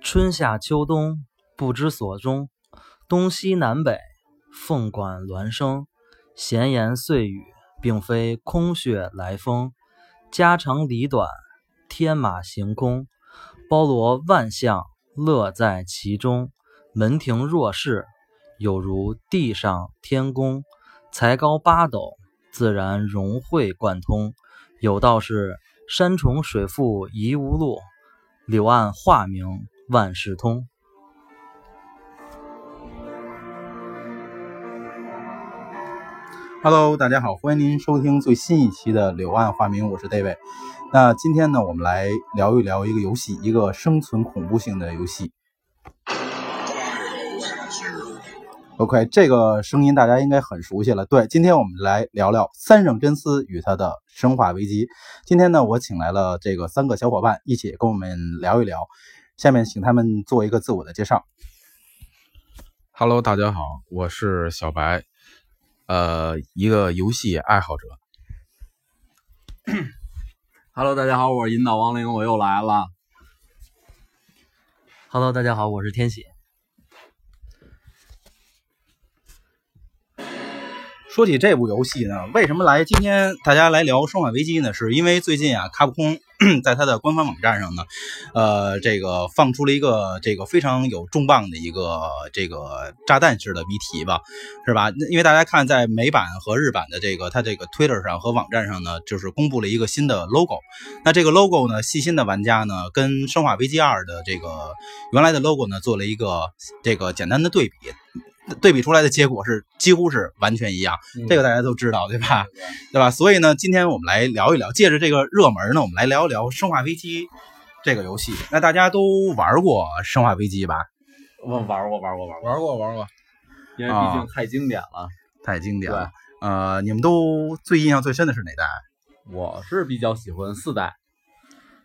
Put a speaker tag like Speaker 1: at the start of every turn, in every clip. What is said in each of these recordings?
Speaker 1: 春夏秋冬不知所终，东西南北凤管鸾声，闲言碎语并非空穴来风，家长里短，天马行空，包罗万象，乐在其中。门庭若市，有如地上天宫，才高八斗，自然融会贯通。有道是山重水复疑无路，柳暗花明万事通。
Speaker 2: Hello，大家好，欢迎您收听最新一期的《柳暗花明》，我是 David。那今天呢，我们来聊一聊一个游戏，一个生存恐怖性的游戏。OK，这个声音大家应该很熟悉了。对，今天我们来聊聊三圣真司与它的生化危机。今天呢，我请来了这个三个小伙伴，一起跟我们聊一聊。下面请他们做一个自我的介绍。
Speaker 3: Hello，大家好，我是小白，呃，一个游戏爱好者。
Speaker 4: Hello，大家好，我是引导亡灵，我又来了。
Speaker 1: Hello，大家好，我是天喜。
Speaker 2: 说起这部游戏呢，为什么来今天大家来聊《生化危机》呢？是因为最近啊，卡普空 在它的官方网站上呢，呃，这个放出了一个这个非常有重磅的一个这个炸弹式的谜题吧，是吧？因为大家看在美版和日版的这个它这个 Twitter 上和网站上呢，就是公布了一个新的 logo。那这个 logo 呢，细心的玩家呢，跟《生化危机二》的这个原来的 logo 呢，做了一个这个简单的对比。对比出来的结果是几乎是完全一样，
Speaker 4: 嗯
Speaker 2: 这个大家都知道，对吧？ 对吧？所以呢，今天我们来聊一聊，借着这个热门呢，我们来聊一聊《生化危机》这个游戏。那大家都玩过《生化危机》吧？
Speaker 4: 我玩过，玩过，玩过，
Speaker 3: 玩过玩过，
Speaker 4: 因为
Speaker 1: 啊
Speaker 4: 毕竟太经典了。
Speaker 2: 太经典了。呃，你们都最印象最深的是哪代？啊
Speaker 4: 我是比较喜欢四代，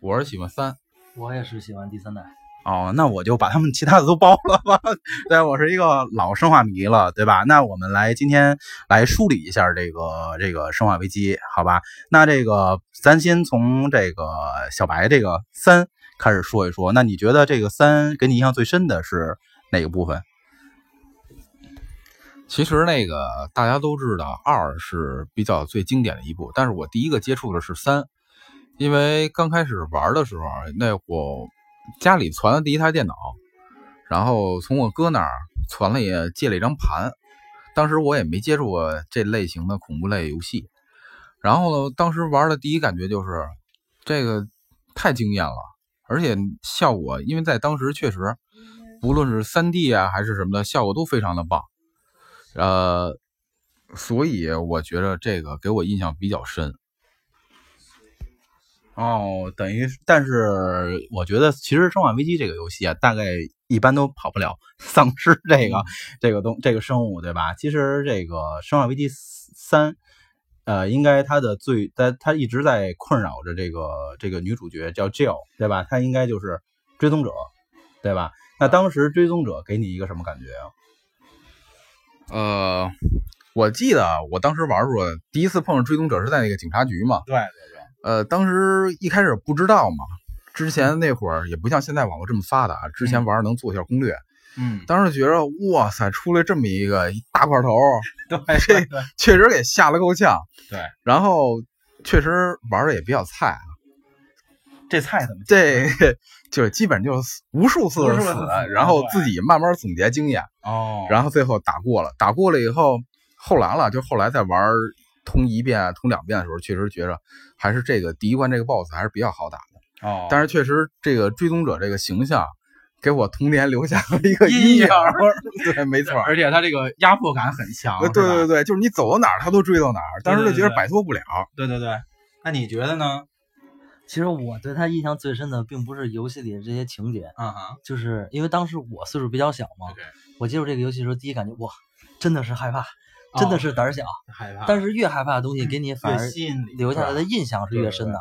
Speaker 3: 我是喜欢三。
Speaker 1: 我也是喜欢第三代，
Speaker 2: 哦，那我就把他们其他的都包了吧。 对，我是一个老生化迷了，对吧？那我们来今天来梳理一下这个这个生化危机，好吧？那这个咱先从这个小白这个三开始说一说。那你觉得这个三给你印象最深的是哪个部分？
Speaker 3: 其实那个大家都知道，二是比较最经典的一部，但是我第一个接触的是三，因为刚开始玩的时候，啊那我家里传的第一台电脑，然后从我哥那儿传了也借了一张盘，当时我也没接触过这类型的恐怖类游戏，然后呢，当时玩的第一感觉就是这个太惊艳了，而且效果，因为在当时确实，不论是 3D 啊还是什么的，效果都非常的棒。呃，所以我觉得这个给我印象比较深。
Speaker 2: 哦，等于，但是我觉得其实《生化危机》这个游戏啊，大概一般都跑不了 丧尸这个、这个东这个生物，对吧？其实这个《生化危机三》，呃，应该它的最，它它一直在困扰着这个这个女主角叫 Jill，对吧？她应该就是追踪者，对吧？那当时追踪者给你一个什么感觉啊？
Speaker 3: 呃，我记得啊我当时玩的时候，第一次碰上追踪者是在那个警察局嘛。
Speaker 2: 对
Speaker 3: 呃，当时一开始不知道嘛，之前那会儿也不像现在网络这么发达，之前玩儿能做一下攻略，
Speaker 2: 嗯，
Speaker 3: 当时觉着哇塞，出来这么一个一大块头，
Speaker 2: 对对对，
Speaker 3: 确实给吓了够呛。
Speaker 2: 对，
Speaker 3: 然后确实玩的也比较菜啊，
Speaker 2: 这菜怎么
Speaker 3: 这 就是基本就是无数次
Speaker 2: 无
Speaker 3: 的
Speaker 2: 数
Speaker 3: 死
Speaker 2: 次死，
Speaker 3: 然后自己慢慢总结经验，
Speaker 2: 哦
Speaker 3: 然后最后打过了，打过了以后，后来了，就后来再玩儿通一遍、啊通两遍的时候，确实觉着还是这个第一关这个 BOSS 还是比较好打的。
Speaker 2: 哦
Speaker 3: 但是确实这个追踪者这个形象，给我童年留下了一个
Speaker 2: 阴
Speaker 3: 阴
Speaker 2: 影
Speaker 3: 影
Speaker 2: 儿
Speaker 3: 儿。对，没 错儿。
Speaker 2: 而且它这个压迫感很强
Speaker 3: 呃，对对对，就是你走到哪儿，他都追到哪儿，当时
Speaker 2: 对
Speaker 3: 就
Speaker 2: 对
Speaker 3: 觉得
Speaker 2: 对
Speaker 3: 摆脱不了。
Speaker 2: 对对对，那你觉得呢？
Speaker 1: 其实我对他印象最深的，并不是游戏里的这些情节，
Speaker 2: 啊哈，
Speaker 1: 就是因为当时我岁数比较小嘛
Speaker 2: OK
Speaker 1: 我接触这个游戏的时候，第一感觉哇，真的是害怕，真
Speaker 4: 哦
Speaker 1: 的是胆儿小。
Speaker 4: 啊
Speaker 2: 害怕
Speaker 1: 但是越害怕的东
Speaker 4: 嗯
Speaker 1: 西，给你反而
Speaker 2: 引
Speaker 1: 留下来的印象是
Speaker 2: 对
Speaker 1: 越
Speaker 2: 对
Speaker 1: 深
Speaker 2: 对
Speaker 1: 的。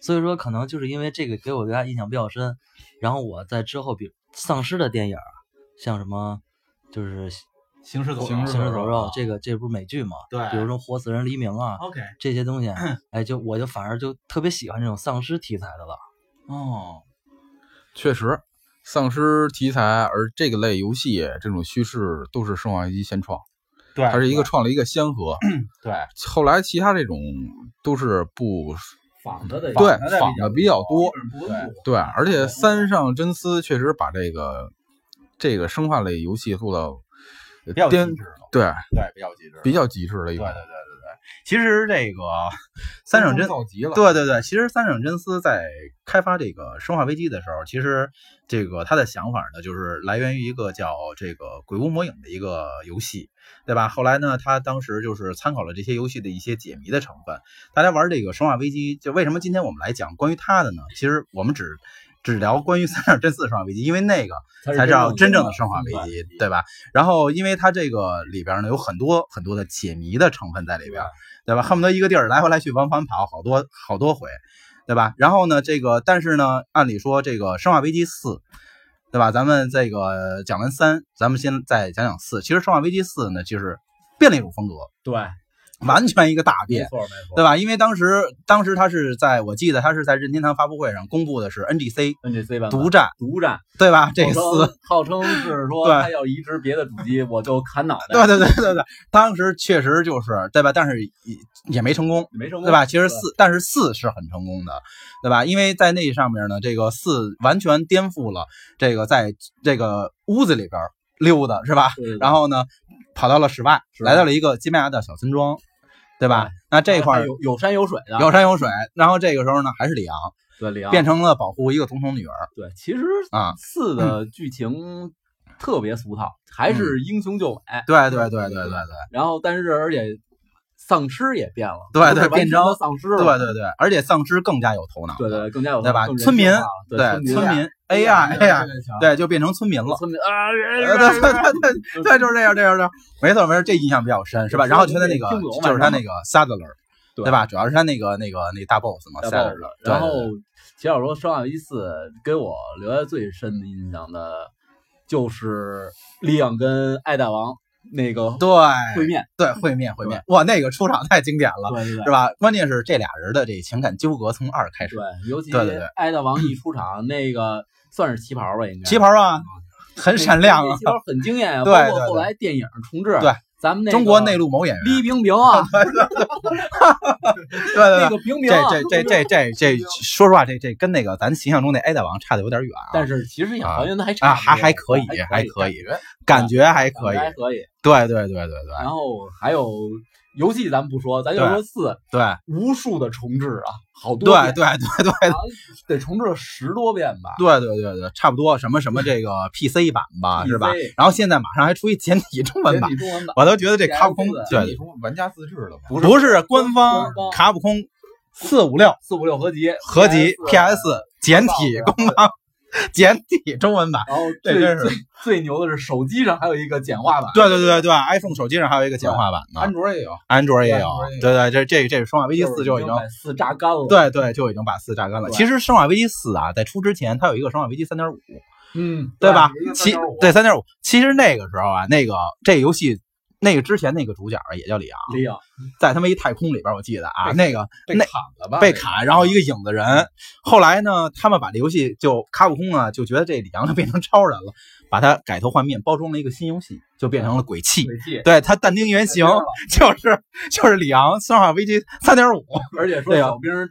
Speaker 1: 所以说，可能就是因为这个给我留下印象比较深，然后我在之后比丧尸的电影儿，啊像什么就是《
Speaker 2: 行尸走
Speaker 1: 行
Speaker 2: 肉，
Speaker 1: 尸走肉》
Speaker 4: 啊
Speaker 1: 这个这不是美剧嘛？
Speaker 2: 对
Speaker 1: 比如说《活死人黎明》啊
Speaker 4: 哦
Speaker 2: OK，
Speaker 1: 这些东西， 哎，就我就反而就特别喜欢这种丧尸题材的了。
Speaker 2: 哦，
Speaker 3: 确实，丧尸题材，而这个类游戏这种叙事都是《生化危机》先创，
Speaker 2: 对，
Speaker 3: 它是一个
Speaker 2: 对
Speaker 3: 创了一个先 河。
Speaker 2: 对
Speaker 3: 后来其他这种都是不
Speaker 4: 仿的的
Speaker 3: 对
Speaker 2: 仿的比较
Speaker 3: 仿的比较多，
Speaker 4: 不
Speaker 2: 对
Speaker 3: 对，而且三上真司确实把这个这个生化类游戏做到
Speaker 2: 比较极
Speaker 3: 颠
Speaker 2: 致了，
Speaker 3: 对
Speaker 2: 呃对比较极致了，
Speaker 3: 比较极致的一
Speaker 2: 对对对
Speaker 3: 款，
Speaker 2: 对对。其实这个 三省真
Speaker 3: 造极了，
Speaker 2: 对对对，其实三省真司在开发这个《生化危机》的时候，其实这个他的想法呢，就是来源于一个叫这个《鬼屋魔影》的一个游戏，对吧？后来呢，他当时就是参考了这些游戏的一些解谜的成分。大家玩这个《生化危机》，就为什么今天我们来讲关于它的呢？其实我们只只聊关于三省真司的《生化危机》，因为那个才叫真正的生化危机，对吧？然后，因为它这个里边呢有很多很多的解谜的成分在里边，
Speaker 4: 啊
Speaker 2: 对吧？恨不得一个地儿来回来去往返跑好多好多回，对吧？然后呢，这个但是呢，按理说这个《生化危机四》，对吧？咱们这个讲完三，咱们先再讲讲四。其实《生化危机四》呢，就是变了一种风格，
Speaker 4: 对，
Speaker 2: 完全一个大变
Speaker 4: 没。错没错，
Speaker 2: 对吧？因为当时，当时他是在我记得他是在任天堂发布会上公布的是 NGC
Speaker 4: NGC 版本
Speaker 2: 独占，
Speaker 4: 独占，
Speaker 2: 对吧？这
Speaker 4: 号
Speaker 2: 四
Speaker 4: 称号称 是说
Speaker 2: 对
Speaker 4: 他要移植别的主机，我就砍脑
Speaker 2: 对
Speaker 4: 袋，
Speaker 2: 对对对对，当时确实就是对吧？但是也也没成功，
Speaker 4: 没成功，
Speaker 2: 对吧？其实四，但是四是很成功的，对吧？因为在那上面呢，这个四完全颠覆了这个在这个屋子里边溜达是吧？
Speaker 4: 对，对
Speaker 2: 然后呢，跑到了室外，
Speaker 4: 是吧
Speaker 2: 来到了一个西班牙的小村庄，对吧
Speaker 4: 对？
Speaker 2: 那这块儿
Speaker 4: 有有山有水的，
Speaker 2: 有山有水，然后这个时候呢，还是里昂
Speaker 4: 对里昂
Speaker 2: 变成了保护一个总统女儿
Speaker 4: 对，其实
Speaker 2: 啊。
Speaker 4: 四的剧情特别俗套，还是英雄救美，
Speaker 2: 嗯对对对对对对。
Speaker 4: 然后但是而且丧尸也变了，
Speaker 2: 对对
Speaker 4: 不是完
Speaker 2: 变成
Speaker 4: 全的丧尸了，
Speaker 2: 对对对，而且丧尸更加有头脑，
Speaker 4: 对对，更加有
Speaker 2: 对吧
Speaker 4: 更人
Speaker 2: 村民
Speaker 4: 性化了对
Speaker 2: 对，村民哎
Speaker 4: 民
Speaker 2: 呀哎呀，
Speaker 4: 对
Speaker 2: 对，就变成村民了。
Speaker 4: 村民啊，
Speaker 2: 对对对对对，就是这样，这样，这样，没错，没错，这印象比较深，是吧？然后就是他那个，
Speaker 4: 听不懂
Speaker 2: 就是他那个 Sadler，
Speaker 4: 对
Speaker 2: 对吧？主要是他那个那个那大 boss 嘛
Speaker 4: 大
Speaker 2: s a d
Speaker 4: boss
Speaker 2: l e r。
Speaker 4: 然后，其实我说《生化危机四》给我留下最深的印象的，就是利昂跟爱大王那个
Speaker 2: 对
Speaker 4: 会面，
Speaker 2: 对会面会面，哇，那个出场太经典了，
Speaker 4: 对对
Speaker 2: 是吧？关键是这俩人的这情感纠葛从二开始，
Speaker 4: 对，尤其
Speaker 2: 对对对
Speaker 4: 爱大王一出场，那个算是旗袍吧，应该
Speaker 2: 旗袍啊，很
Speaker 4: 那
Speaker 2: 闪亮
Speaker 4: 那
Speaker 2: 啊
Speaker 4: 旗，袍很惊艳 啊，
Speaker 2: 对
Speaker 4: 包括
Speaker 2: 对
Speaker 4: 后来电影重置，
Speaker 2: 对，
Speaker 4: 咱们那
Speaker 2: 中国内
Speaker 4: 那
Speaker 2: 陆某演员，
Speaker 4: 李冰冰 啊，
Speaker 2: 对对
Speaker 4: 那
Speaker 2: 对。
Speaker 4: 个冰冰啊，
Speaker 2: 这这这这这这，说实话，这这跟那个咱形象中那 A 大王差的有点远啊，
Speaker 4: 但是其实想还原的还差
Speaker 2: 啊
Speaker 4: 不多
Speaker 2: 还还可以
Speaker 4: 还
Speaker 2: 还可以，
Speaker 4: 感
Speaker 2: 感觉还可
Speaker 4: 可
Speaker 2: 以，
Speaker 4: 还可以。
Speaker 2: 对对对对对
Speaker 4: 然后还有游戏咱不说，咱就
Speaker 2: 对
Speaker 4: 说四，
Speaker 2: 对，
Speaker 4: 无数的重置啊，好多
Speaker 2: 对
Speaker 4: 遍
Speaker 2: 对对对
Speaker 4: 好像得重置了十多遍吧。
Speaker 2: 对对对对，差不多什么什么这个 PC 版吧，是吧
Speaker 4: PC？
Speaker 2: 然后现在马上还出一简体中文版
Speaker 4: 简体，中文版
Speaker 2: 我都觉得这卡普空
Speaker 4: PS 的
Speaker 2: 对
Speaker 3: 你说玩家自制的嘛，
Speaker 4: 不
Speaker 2: 不是官方
Speaker 4: 官方
Speaker 2: 卡普空四五六
Speaker 4: 四五六合集
Speaker 2: 合集 PS 简体
Speaker 4: 官
Speaker 2: 官方简体中文版，
Speaker 4: 然后
Speaker 2: 这
Speaker 4: 最
Speaker 2: 真是
Speaker 4: 最最牛的是手机上还有一个简化版，
Speaker 2: 对对对对对，iPhone 手机上还有一个简化版呢
Speaker 3: 安，卓也有。
Speaker 2: 安卓也
Speaker 3: 安
Speaker 2: 有
Speaker 3: 卓也，有
Speaker 2: 对对，这这这《生化危机四》就已经。
Speaker 4: 把四榨干了。，
Speaker 2: 对对，就已经把四榨干了。
Speaker 4: 对
Speaker 2: 其实《生化危机四》啊，在出之前，它有一个《生化危机三点五》，
Speaker 4: 嗯，
Speaker 2: 对吧
Speaker 3: 有一个？
Speaker 2: 其
Speaker 3: 3.5
Speaker 2: 对三点五，其实那个时候啊，那个这游戏那个之前那个主角也叫里昂，
Speaker 4: 李颖
Speaker 2: 在他们一太空里边，我记得啊，那个
Speaker 3: 被
Speaker 2: 那
Speaker 3: 砍了吧？
Speaker 2: 被砍，然后一个影子人。后来呢，他们把这游戏就卡普空啊，就觉得这里昂就变成超人了，把它改头换面，包装了一个新游戏，就变成了鬼泣。
Speaker 4: 鬼泣，
Speaker 2: 对他但丁原型
Speaker 4: 改编了
Speaker 2: 就是就是里昂《生化危机三点五》，
Speaker 4: 而且说
Speaker 2: 对啊
Speaker 4: 小兵儿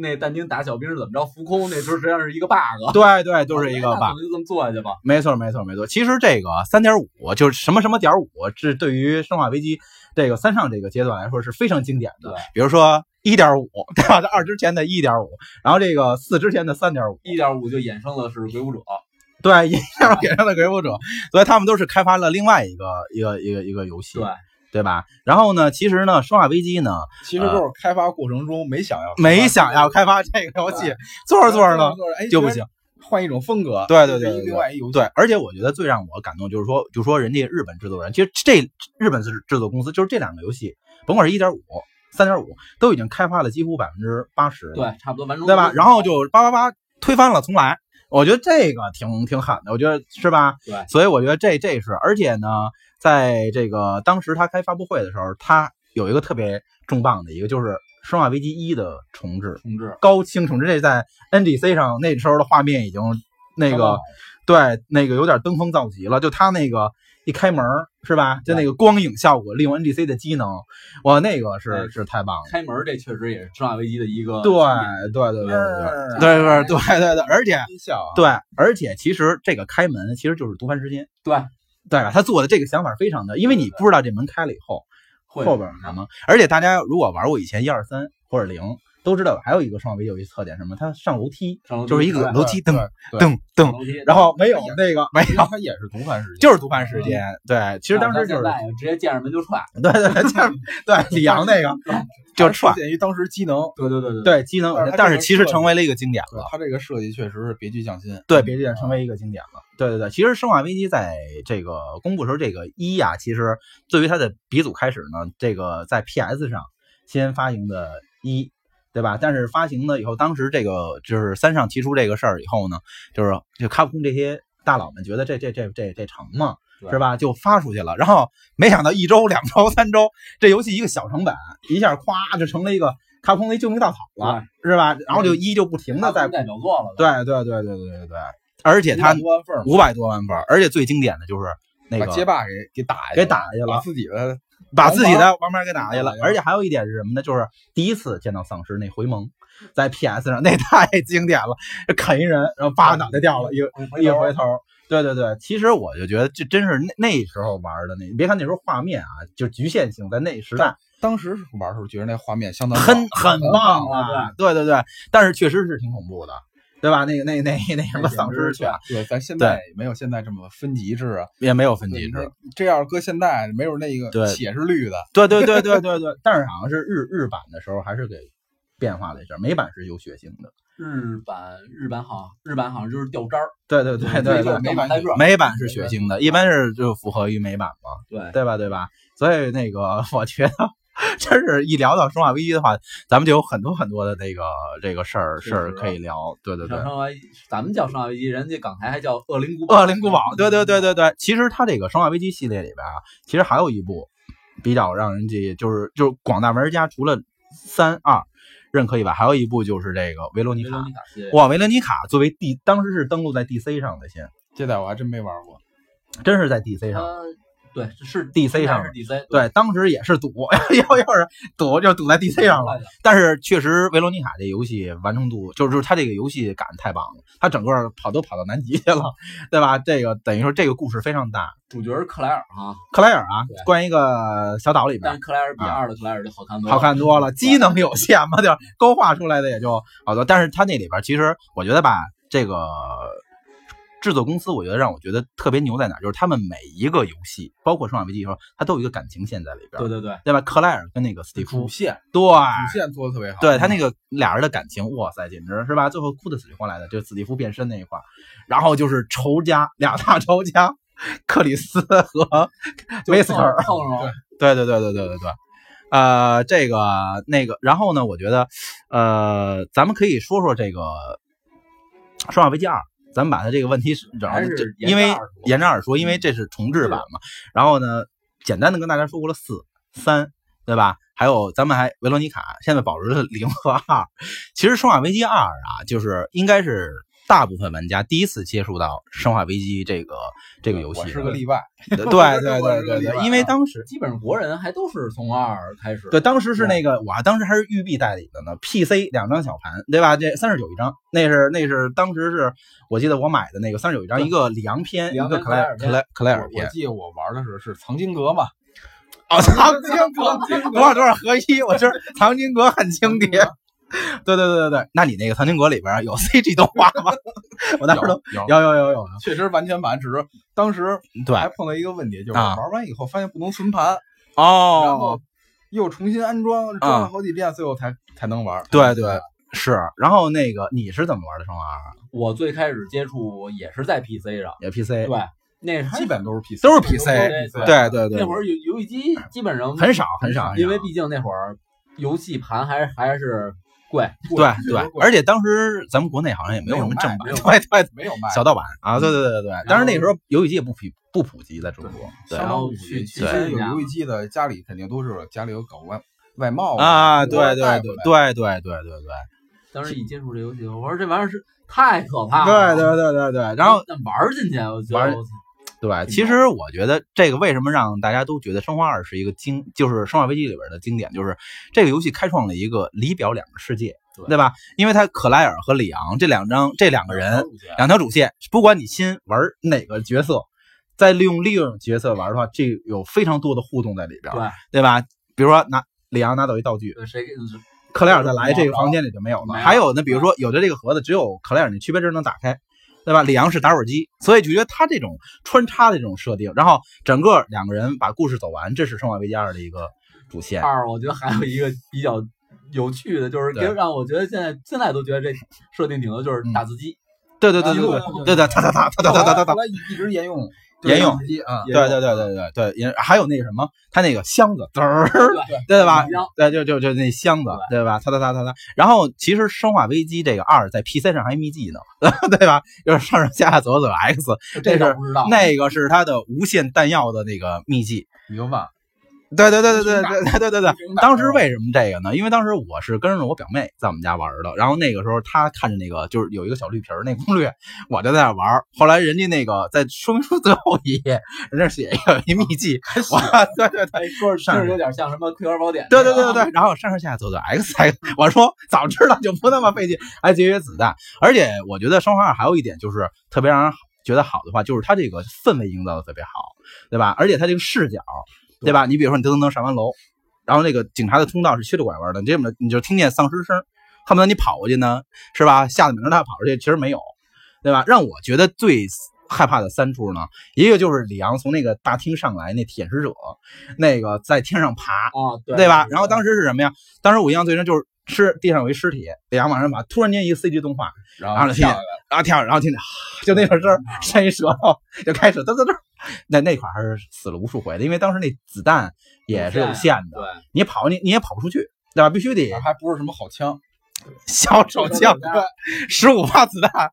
Speaker 4: 那但丁打小兵儿怎么着浮空，那时候实际上是一个 bug，
Speaker 2: 对对，就是一个 bug
Speaker 4: 哦那。可能就这么做下去吧。
Speaker 2: 没错，没错，没错。其实这个啊三点五就是什么什么点五，这对于《生化危机》这个三上这个阶段来说是非常经典的
Speaker 4: 对。
Speaker 2: 比如说一点五， 对吧？在二之前的一点五，然后这个四之前的三点五，
Speaker 4: 一点五就衍生了是鬼舞者，
Speaker 2: 对，一点五点上的鬼舞者，所以他们都是开发了另外一个一个一个一个游戏，
Speaker 4: 对，
Speaker 2: 对吧？然后呢，其实呢，《生化危机》呢
Speaker 3: 其实就是开发过程中没想要，
Speaker 2: 没想要开发这个游戏，做着做着呢
Speaker 3: 哎，
Speaker 2: 就不行。，
Speaker 3: 换一种风格，
Speaker 2: 对对对
Speaker 3: 这是
Speaker 2: 对
Speaker 3: 另外一游戏
Speaker 2: 对，，而且我觉得最让我感动就是说，就说人家日本制作人，其实这日本制制作公司就是这两个游戏，甭管是一点五、三点五，都已经开发了几乎百分之八十，
Speaker 4: 对，差不多完成
Speaker 2: 对吧
Speaker 4: 度？
Speaker 2: 然后就八八八推翻了重来，我觉得这个挺挺狠的，我觉得是吧？
Speaker 4: 对
Speaker 2: 所以我觉得这这是，而且呢，在这个当时他开发布会的时候，他有一个特别重磅的一个就是《生化危机一》的重置，
Speaker 4: 重置
Speaker 2: 高清重置，这在 NGC 上那时候的画面已经那
Speaker 4: 刚刚
Speaker 2: 个
Speaker 4: 好。
Speaker 2: 对，那个有点登峰造极了，就它那个一开门儿是吧？就那个光影效果，利用 NGC 的机能，哇，那个是、
Speaker 4: 哎
Speaker 2: 是太棒了。
Speaker 4: 开门儿这确实也是《生化危机》的一个
Speaker 2: 对
Speaker 4: 经典
Speaker 2: 对对对对对
Speaker 4: 对
Speaker 2: 对对对对，而且
Speaker 4: 音效啊，
Speaker 2: 对，而且其实这个开门其实就是毒贩时间，
Speaker 4: 对
Speaker 2: 对啊吧？他做的这个想法非常的，因为你不知道这门开了以后
Speaker 4: 会
Speaker 2: 后边儿什么，而且大家如果玩过以前一二三或者零，都知道还有一个双维有一特点什么，它上楼梯
Speaker 4: 上楼梯
Speaker 2: 就是一个
Speaker 4: 对
Speaker 2: 楼梯
Speaker 3: 对
Speaker 2: 噔噔
Speaker 4: 上
Speaker 2: 噔，
Speaker 4: 楼梯
Speaker 2: 然后没有那个没
Speaker 3: 因为
Speaker 2: 有，
Speaker 3: 它也是毒贩世界，
Speaker 2: 就是毒贩时间。对，其实当时就
Speaker 4: 像
Speaker 2: 是
Speaker 4: 啊咱现在直接见着门就踹，
Speaker 2: 对对对，就是对李阳那个就是
Speaker 3: 出
Speaker 2: 踹，
Speaker 3: 现于当时机能。
Speaker 4: 对对对 对，
Speaker 2: 对机能
Speaker 3: 但是，它
Speaker 2: 但
Speaker 3: 这
Speaker 2: 是
Speaker 3: 个
Speaker 2: 其实
Speaker 3: 设
Speaker 2: 成
Speaker 3: 计
Speaker 2: 为了一个经典
Speaker 3: 对
Speaker 2: 了。
Speaker 3: 它这个设计确实是别具匠心。
Speaker 2: 对，别介，成为一个经典了。对对对，其实《生化危机》在这个公布时候，这个一啊，其实对于它的鼻祖开始呢，这个在 PS 上先发行的一，对吧？但是发行了以后，当时这个就是三上提出这个事儿以后呢，就是就卡普空这些大佬们觉得这这这这这成吗？
Speaker 4: 对
Speaker 2: 是吧？就发出去了，然后没想到一周、两周、三周，这游戏一个小成本，一下咵就成了一个卡普空的救命稻草了，是吧？然后就一就不停的在
Speaker 4: 代表作了，
Speaker 2: 对对对对对对对，而且它
Speaker 3: 五万份儿嘛
Speaker 2: 五百多万本儿，而且最经典的就是那
Speaker 3: 把街
Speaker 2: 个
Speaker 3: 霸给给打下去
Speaker 2: 给打下去
Speaker 3: 把
Speaker 2: 了，
Speaker 3: 自己的
Speaker 2: 把
Speaker 3: 王
Speaker 2: 自己
Speaker 3: 牌
Speaker 2: 的王牌给打下去了
Speaker 3: 打下。去
Speaker 2: 而且还有一点是什么呢？就是第一次见到丧尸那回眸，在 PS 上那太经典了，啃一人，然后叭脑袋掉了，一
Speaker 4: 对
Speaker 2: 一嗯回头。对对对，其实我就觉得这真是那那时候玩的那，别看那时候画面啊，就局限性，在那时代
Speaker 3: 当时玩的时候觉得那画面相当
Speaker 2: 很很棒
Speaker 4: 棒了
Speaker 2: 啊，对对对，但是确实是挺恐怖的，对吧？那个那那那什么丧尸犬
Speaker 3: 啊，对，咱现在也没有现在这么分级制啊，
Speaker 2: 也没有分
Speaker 3: 对
Speaker 2: 级制，
Speaker 3: 那这要是搁现在，没准那
Speaker 2: 对
Speaker 3: 个血是绿的，
Speaker 2: 对对对对对对，但是好像是日日版的时候还是给变化了一下，美版是有血腥的。
Speaker 4: 日版日版好像日版好像就是掉渣儿，
Speaker 2: 对对对对对，
Speaker 3: 美
Speaker 4: 美
Speaker 3: 版
Speaker 4: 版
Speaker 3: 是
Speaker 4: 代
Speaker 2: 美版是血腥的，一般是就符合于美版嘛，
Speaker 4: 对，
Speaker 2: 对吧？对吧？所以那个我觉得。真是一聊到《生化危机》的话，咱们就有很多很多的这个这个事儿
Speaker 4: 确
Speaker 2: 事儿
Speaker 4: 实
Speaker 2: 可以聊。对对对
Speaker 4: 像，生化危机咱们叫生化危机，人家港台还叫恶灵古
Speaker 2: 《恶灵古堡》 对对对对对，其实它这个《生化危机》系列里边啊，其实还有一部比较让人记，就是就是广大玩家除了三二认可以外，还有一部就是这个《维罗妮
Speaker 4: 维
Speaker 2: 卡》
Speaker 4: 罗妮卡系列
Speaker 2: 哇，维罗妮卡作为 D 当时是登录在 DC 上的先，
Speaker 3: 这代我还真没玩过。呃
Speaker 2: 真是在 DC 上。
Speaker 4: 它呃对是
Speaker 2: DC 上
Speaker 4: 是 DC
Speaker 2: 对，当时也是赌， 要要是赌就赌在 DC 上了。但是确实，维罗妮卡这游戏完成度，就是就是它这个游戏感太棒了，它整个跑都跑到南极去了，对吧？这个等于说这个故事非常大。
Speaker 4: 主角是克莱尔哈，
Speaker 2: 克莱尔啊
Speaker 4: 对，
Speaker 2: 关一个小岛里
Speaker 4: 但
Speaker 2: 边
Speaker 4: 是，克莱尔比
Speaker 2: 啊
Speaker 4: 二的克莱尔就好看多了，
Speaker 2: 好看多了。机能有限嘛，就是勾画出来的也就好多。但是它那里边其实我觉得吧，这个制作公司，我觉得让我觉得特别牛在哪儿，就是他们每一个游戏，包括《生化危机》的时候，它都有一个感情线在里边，
Speaker 4: 对对嗯对，
Speaker 2: 对吧？克莱尔跟那个斯蒂夫
Speaker 3: 主，线
Speaker 2: 对。
Speaker 3: 主线做的特别好，嗯
Speaker 2: 对
Speaker 4: 嗯
Speaker 2: 他那个俩人的感情，哇塞，简直是吧？最后哭的死去活来的，就是斯蒂夫变身那一块儿，然后就是仇家俩大仇家， 克里斯和
Speaker 4: 就
Speaker 2: 威斯特尔，
Speaker 4: 碰上了，
Speaker 2: 对对对对对对对，呃，这个那个，然后呢，我觉得，呃，咱们可以说说这个《生化危机二》，咱们把它这个问题是，然
Speaker 4: 还
Speaker 2: 后
Speaker 4: 是
Speaker 2: 这
Speaker 4: 沿
Speaker 2: 因为
Speaker 4: 着二说
Speaker 2: 沿着二说，因为这是重制版嘛，然后呢，简单的跟大家说过了四三，对吧？还有咱们还维罗妮卡，现在保留了零和二。其实《生化危机二》啊，就是应该是大部分玩家第一次接触到《生化危机》这个这个游戏
Speaker 3: 我
Speaker 2: 的，
Speaker 3: 是个例外，
Speaker 2: 对对对对
Speaker 3: 我是个例外
Speaker 2: 对，
Speaker 3: 啊
Speaker 2: 因为当时
Speaker 4: 基本上国人还都是从二开始，
Speaker 2: 对，当时是那个，我还当时还是育碧代理的呢，PC 两张小盘，对吧？这三十九一张，那是那是当时是我记得我买的那个三十九一张，
Speaker 4: 对
Speaker 2: 一个里昂篇，
Speaker 4: 里
Speaker 2: 一
Speaker 4: 昂
Speaker 2: 个
Speaker 4: 篇
Speaker 2: 克莱
Speaker 4: 克莱尔
Speaker 2: 克莱克莱尔
Speaker 3: 我我
Speaker 2: 篇。
Speaker 3: 记得我玩的时候是藏经阁嘛，
Speaker 2: 哦，藏经
Speaker 3: 藏经阁
Speaker 2: 多少多少合一，我知道藏经阁很经典。对对对对对，那你那个藏经阁里边有 CG 动画吗？我当时都
Speaker 3: 有有
Speaker 2: 有有有有，
Speaker 3: 确实完全版，只是当时
Speaker 2: 对
Speaker 3: 还碰到一个问题，就是
Speaker 2: 啊
Speaker 3: 玩完以后发现不能存盘，然
Speaker 2: 哦啊
Speaker 3: 后，又重新安装，装了好几遍，最后才才能玩。
Speaker 2: 对对是。然后那个你是怎么玩的《生化二》啊？
Speaker 4: 我最开始接触也是在 PC 上，
Speaker 2: 也 PC
Speaker 4: 对，那是
Speaker 3: 基本都是 PC，
Speaker 2: 哎都是 PC，对
Speaker 4: 对
Speaker 2: 对对，
Speaker 4: 那会儿游游戏机基本上
Speaker 2: 很少很少，很少
Speaker 4: 因为毕竟那会儿游戏盘还还是贵，
Speaker 2: 对
Speaker 3: 确实
Speaker 2: 对，
Speaker 3: 贵
Speaker 2: 而且当时咱们国内好像也没有什么正版，
Speaker 3: 没有卖
Speaker 2: 对对，
Speaker 3: 没有卖，
Speaker 2: 小盗版啊，对对对对对。当时那时候游戏机也不普不普及，在中
Speaker 3: 对
Speaker 2: 国，对
Speaker 3: 相
Speaker 4: 然
Speaker 3: 当
Speaker 4: 后
Speaker 3: 普及
Speaker 4: 去
Speaker 3: 其
Speaker 4: 去
Speaker 3: 实
Speaker 4: 新
Speaker 3: 有
Speaker 4: 疆
Speaker 3: 游戏机的家里肯定都是家里有搞外外贸
Speaker 2: 啊，
Speaker 3: 国外
Speaker 2: 对对
Speaker 3: 带
Speaker 2: 对
Speaker 3: 回来
Speaker 2: 对对对对对。
Speaker 4: 当时一接触这游戏，我说这玩意儿是太可
Speaker 3: 啊
Speaker 4: 怕了。
Speaker 2: 对对对对对，然
Speaker 3: 嗯
Speaker 2: 后
Speaker 4: 但玩儿进去，我觉
Speaker 2: 玩儿
Speaker 4: 得我
Speaker 2: 对，其实我觉得这个为什么让大家都觉得《生化二》是一个经，就是《生化危机》里边的经典，就是这个游戏开创了一个里表两个世界，
Speaker 4: 对
Speaker 2: 对吧？因为它可莱尔和里昂这两张这两个
Speaker 3: 嗯
Speaker 2: 人两条主线，不管你先玩哪个角色，再利用利用角色玩的话，这有非常多的互动在里边，
Speaker 4: 对
Speaker 2: 对吧？比如说拿里昂拿走一道具，
Speaker 4: 对谁给
Speaker 2: 克莱尔再来这个房间里就没有了。
Speaker 4: 没有
Speaker 2: 还有呢，比如说有的这个盒子只有克莱尔那区别针能打开，对吧？里昂是打火机，所以就觉得他这种穿插的这种设定，然后整个两个人把故事走完，这是《生化危机二》的一个主线。
Speaker 4: 二，我觉得还有一个比较有趣的，就是给
Speaker 2: 对
Speaker 4: 让我觉得现在现在都觉得这设定挺多，就是打字机，
Speaker 2: 对对对对对对 对，哒哒哒哒哒哒哒哒
Speaker 3: 后。来一直沿用
Speaker 2: 沿用
Speaker 3: 啊，
Speaker 2: 对对对对对对，也还有那什么，他那个箱子嘚儿，对吧
Speaker 4: 一样？
Speaker 2: 对，就就就那箱子，对吧？擦擦擦擦擦。然后其实《生化危机》这个二在 PC 上还秘籍呢， 对吧？就是上上下下左左 X，这
Speaker 4: 这倒
Speaker 2: 是
Speaker 4: 不知道。
Speaker 2: 那个是他的无限弹药的那个秘籍。
Speaker 3: 你就问
Speaker 2: 对对对对对对对对对对。
Speaker 3: 明白
Speaker 2: 当时为什么这个呢？因为当时我是跟着我表妹在我们家玩的，然后那个时候她看着那个就是有一个小绿皮儿那攻略，我就在那玩儿。后来人家那个在说明书最后一页，人家写有一秘籍，哇， 对对对。
Speaker 4: 哎，说是
Speaker 2: 上
Speaker 4: 是有点像什么《葵花宝典》
Speaker 2: 对对对对对，然后上上下下左左 X X，我说早知道就不那么费劲，还节约子弹。而且我觉得《生化二》还有一点就是特别让人觉得好的话，就是它这个氛围营造的特别好，对吧？而且它这个视角，对吧？你比如说你噔噔噔上完楼，然后那个警察的通道是曲着拐弯的，你这么你就听见丧尸声，恨不得你跑过去呢，是吧？吓得满头大跑出去，其实没有，对吧？让我觉得最。害怕的三处呢，一个就是里昂从那个大厅上来，那舔食者，那个在天上爬，
Speaker 4: 啊，对
Speaker 2: 对吧？然后当时是什么呀？当时我印象最深就是尸地上有一尸体，两往上爬，突然间一个 CG 动画，
Speaker 3: 然
Speaker 2: 然后
Speaker 3: 后
Speaker 2: 就听见，然后跳，然后听见，啊就那种声儿，伸一舌头就开始噔噔噔。那那块儿还是死了无数回的，因为当时那子弹也是有限的，
Speaker 4: 对，
Speaker 2: 你跑你你也跑不出去，对吧？必须得
Speaker 3: 还不是什么好枪，
Speaker 2: 小手枪，十五发子弹。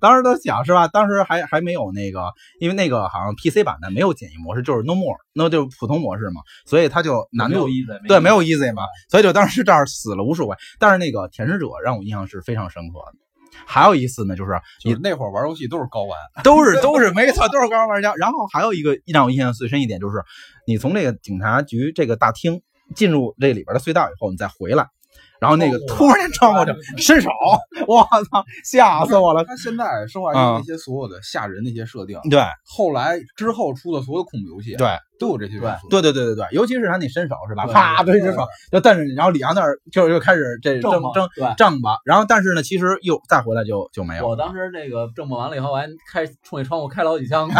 Speaker 2: 当时都想是吧？当时还还没有那个，因为那个好像 PC 版的没有简易模式，就是 No More，那就是普通模式嘛，所以它就难
Speaker 4: 没
Speaker 2: 度
Speaker 4: 有意思，
Speaker 2: 对，没有
Speaker 4: 意思。
Speaker 2: easy 嘛，所以就当时这儿死了无数回。但是那个舔食者让我印象是非常深刻的。还有一次呢，就是
Speaker 3: 你
Speaker 2: 你
Speaker 3: 那会儿玩游戏都是高玩，
Speaker 2: 都是都是没错，都是高玩家。然后还有一个让我印象最深一点就是，你从这个警察局这个大厅进入这里边的隧道以后，你再回来，然后那个
Speaker 3: 哦
Speaker 2: 突然间穿过去伸手，我操，吓死我了！
Speaker 3: 他现在生化危
Speaker 2: 嗯
Speaker 3: 机那些所有的吓人那些设定，
Speaker 2: 对
Speaker 3: 后来之后出的所有恐怖游戏，
Speaker 2: 对
Speaker 3: 都有这些元素。
Speaker 2: 对对对对对，尤其是他那伸手是吧？
Speaker 4: 对
Speaker 2: 啪，对
Speaker 3: 对
Speaker 2: 伸手就瞪着你，然后李阳那儿就就开始这
Speaker 4: 正
Speaker 2: 争
Speaker 4: 嘛
Speaker 2: 争
Speaker 4: 对
Speaker 2: 正吧。然后但是呢，其实又再回来就就没有了。
Speaker 4: 我当时那个正梦完了以后，我还开冲那窗户开了好 几枪，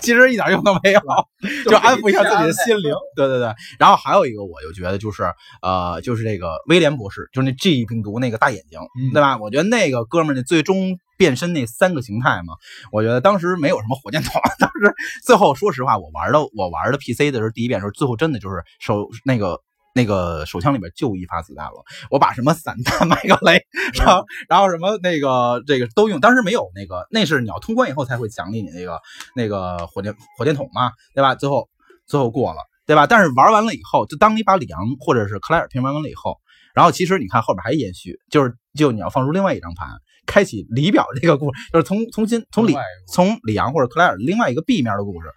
Speaker 2: 其实一点用都没有， 就安嗯抚一下自己的
Speaker 4: 慰。
Speaker 2: 心灵。对对对，然后还有一个，我就觉得就是呃，就是这个威廉博士，就是那 G 病毒那个大眼睛，
Speaker 3: 嗯
Speaker 2: 对吧？我觉得那个哥们儿那最终变身那三个形态嘛，我觉得当时没有什么火箭筒，当时最后说实话，我玩的我玩的 PC 的时候，第一遍的时候，最后真的就是手那个。那个手枪里边就一发子弹了，我把什么散弹、 麦克雷，然后然后什么那个这个都用，当时没有那个，那是你要通关以后才会奖励你那个那个火箭火箭筒嘛，对吧？最后最后过了，对吧？但是玩完了以后，就当你把里昂或者是克莱尔拼玩完了以后，然后其实你看后边还延续，就是就你要放出另外一张盘，开启里表这个故事，就是从从新从里
Speaker 3: 另外一
Speaker 2: 从里昂或者克莱尔另外一个 B 面的故事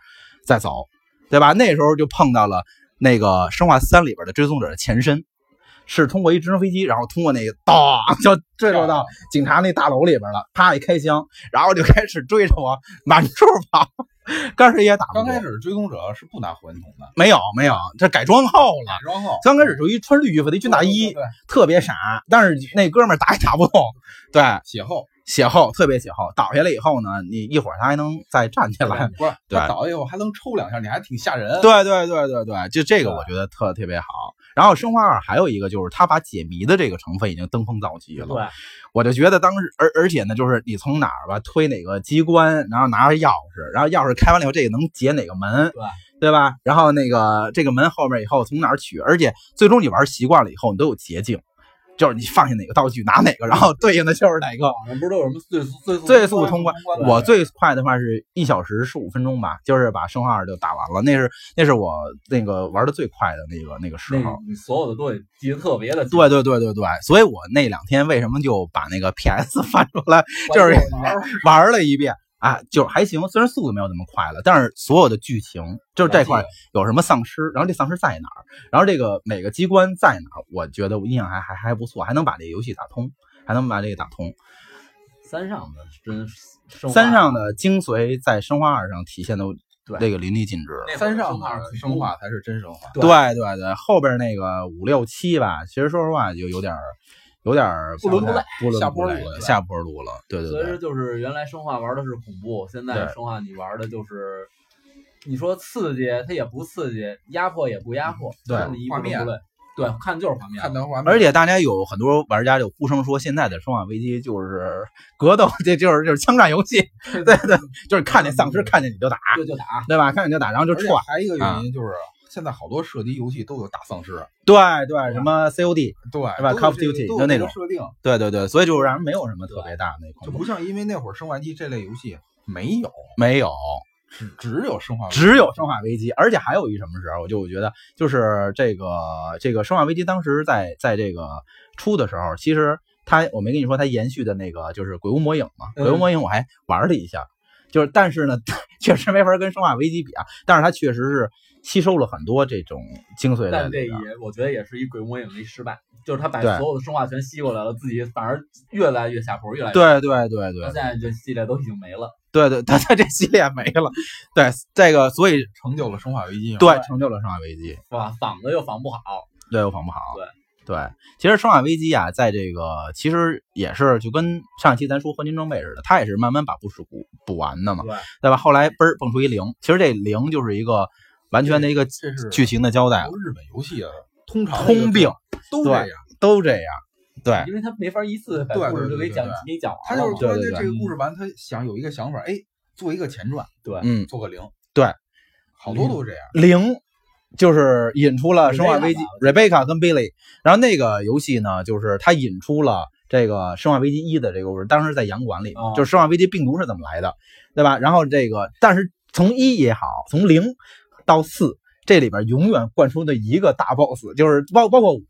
Speaker 2: 再走，对吧？那时候就碰到了那个《生化三》里边的追踪者的前身。是通过一直升飞机，然后通过那个当就坠落到警察那大楼里边了，啪一开枪，然后就开始追着我满处跑，刚开始也打不过
Speaker 3: 刚开始追踪者是不拿火箭筒的，
Speaker 2: 没有没有，这改装后了。
Speaker 3: 然后
Speaker 2: 刚开始就一穿绿衣服的一军大衣，
Speaker 3: 对对对
Speaker 2: 特别傻，但是那哥们儿打也打不动，对，
Speaker 3: 血厚
Speaker 2: 血厚，特别血厚。倒下来以后呢，你一会儿他还能再站起来。
Speaker 3: 不是
Speaker 2: 对
Speaker 3: 他倒下以后还能抽两下，你还挺吓人。
Speaker 2: 对对对对对，就这个我觉得特特别好。然后《生化二》还有一个就是他把解谜的这个成分已经登峰造极了，
Speaker 4: 对，
Speaker 2: 我就觉得当时，而而且呢，就是你从哪儿吧推哪个机关，然后拿着钥匙，然后钥匙开完了以后，这个能解哪个门，
Speaker 4: 对
Speaker 2: 对吧？然后那个这个门后面以后从哪儿取，而且最终你玩习惯了以后，你都有捷径。就是你放下哪个道具拿哪个，然后对应的就是哪个。
Speaker 4: 网上不是都有什么最速最速
Speaker 2: 最速通关，
Speaker 4: 的
Speaker 2: 我最快的话是一小时十五分钟吧，就是把生化二就打完了，那是那是我那个玩的最快的那个那个时
Speaker 4: 那
Speaker 2: 候。
Speaker 4: 你所有的东西记得特别的清，
Speaker 2: 对对对对对，所以我那两天为什么就把那个 PS 翻出来就
Speaker 4: 关
Speaker 2: 是
Speaker 4: 键玩儿
Speaker 2: 玩了一遍啊，就是还行，虽然速度没有那么快了，但是所有的剧情就是这块有什么丧尸，然后这丧尸在哪儿，然后这个每个机关在哪儿，我觉得我印象还还还不错，还能把这个游戏打通，还能把这个打通。
Speaker 4: 三上的真生化
Speaker 2: 三上的精髓在生化二上体现的
Speaker 4: 对
Speaker 2: 这个淋漓尽致了。
Speaker 4: 那会儿
Speaker 3: 三上
Speaker 4: 生化二
Speaker 3: 的生化才是真生化。
Speaker 4: 对
Speaker 2: 对对对，后边那个五六七吧，其实说实话就有点儿有点儿
Speaker 4: 不伦不类
Speaker 2: 不伦
Speaker 3: 下
Speaker 2: 不
Speaker 3: 坡
Speaker 2: 类
Speaker 3: 路了
Speaker 2: 下坡路了。对对
Speaker 4: 所以说
Speaker 2: 对，
Speaker 4: 就是原来生化玩的是恐怖，现在
Speaker 2: 对
Speaker 4: 生化你玩的就是，你说刺激它也不刺激，压迫也不压迫，
Speaker 2: 嗯对
Speaker 4: 看着一步
Speaker 3: 画面
Speaker 4: 不对，对，看就是画面，
Speaker 3: 看到画面，
Speaker 2: 而且大家有很多玩家就呼声说，现在的《生化危机》就是格斗，这就是就是枪战游戏，对对，就是看见丧尸看见你就打，
Speaker 4: 就就打，
Speaker 2: 对吧？看见你就打，然后就啊
Speaker 3: 而且
Speaker 2: 踹，
Speaker 3: 还有一个原因就是，现在好多射击游戏都有打丧尸，
Speaker 2: 对对，什么 COD，
Speaker 3: 对，
Speaker 2: 是吧
Speaker 3: 都有
Speaker 2: Call of
Speaker 3: 这个
Speaker 2: Duty，
Speaker 3: 都有
Speaker 2: 就那
Speaker 3: 这个
Speaker 2: 种
Speaker 3: 设定，
Speaker 2: 对对对，所以就让人没有什么特别大的那
Speaker 3: 就
Speaker 2: 恐怖，
Speaker 3: 不像因为那会儿《生化危机》这类游戏没有，
Speaker 2: 没有，
Speaker 3: 只只有《生化危机》，
Speaker 2: 只有《生化危机》，而且还有一什么时候，我就我觉得就是这个这个《生化危机》当时在在这个出的时候，其实它我没跟你说它延续的那个就是《鬼屋魔影》嘛，《鬼屋魔影》我还玩了一下，就是但是呢， 确实没法跟《生化危机》比啊，但是它确实是吸收了很多这种精髓在
Speaker 4: 但这
Speaker 2: 里
Speaker 4: 也
Speaker 2: 边。
Speaker 4: 我觉得也是一鬼魔影的一失败，就是他把
Speaker 2: 对
Speaker 4: 所有的生化全吸过来了，自己反而越来越下坡，越来越
Speaker 2: 对对对对
Speaker 4: 那现在这系列都已经没了，
Speaker 2: 对对，它它这系列没了，对这个，所以
Speaker 3: 成就了《生化危机》。
Speaker 2: 对成就了《生化危机》。
Speaker 4: 是吧？仿的又仿不好，
Speaker 2: 对，又防不好。
Speaker 4: 对
Speaker 2: 对其实《生化危机》啊，在这个其实也是就跟上一期咱说合金装备似的，它也是慢慢把故事补补完的嘛，
Speaker 4: 对
Speaker 2: 对吧？后来嘣儿蹦出一零，其实这零就是一个完全的一个
Speaker 3: 这是
Speaker 2: 剧情的交代
Speaker 3: 好，多日本游戏啊，通常
Speaker 2: 通病
Speaker 3: 都这样，
Speaker 2: 都这样。对
Speaker 4: 因为他没法一次把
Speaker 3: 对
Speaker 4: 故事
Speaker 3: 对
Speaker 4: 就给
Speaker 3: 对
Speaker 4: 讲
Speaker 3: 对
Speaker 4: 给讲
Speaker 3: 他
Speaker 4: 完了
Speaker 3: 就是
Speaker 4: 嘛，
Speaker 3: 突然
Speaker 2: 对
Speaker 3: 间
Speaker 2: 对嗯
Speaker 3: 这个故事完，他想有一个想法，哎，做一个前传，
Speaker 4: 对
Speaker 2: 嗯，
Speaker 3: 做个零，
Speaker 2: 对，
Speaker 3: 好多都这样。
Speaker 2: 零就是引出了《生化
Speaker 4: Rebecca
Speaker 2: 危机》Rebecca 跟 Billy，然后那个游戏呢，就是它引出了这个《生化危机一》的这个故事，当时在洋馆里，
Speaker 4: 哦
Speaker 2: 就是《生化危机》病毒是怎么来的，对吧？然后这个，但是从一也好，从零到四这里边永远灌输的一个大 boss，就是包包括五，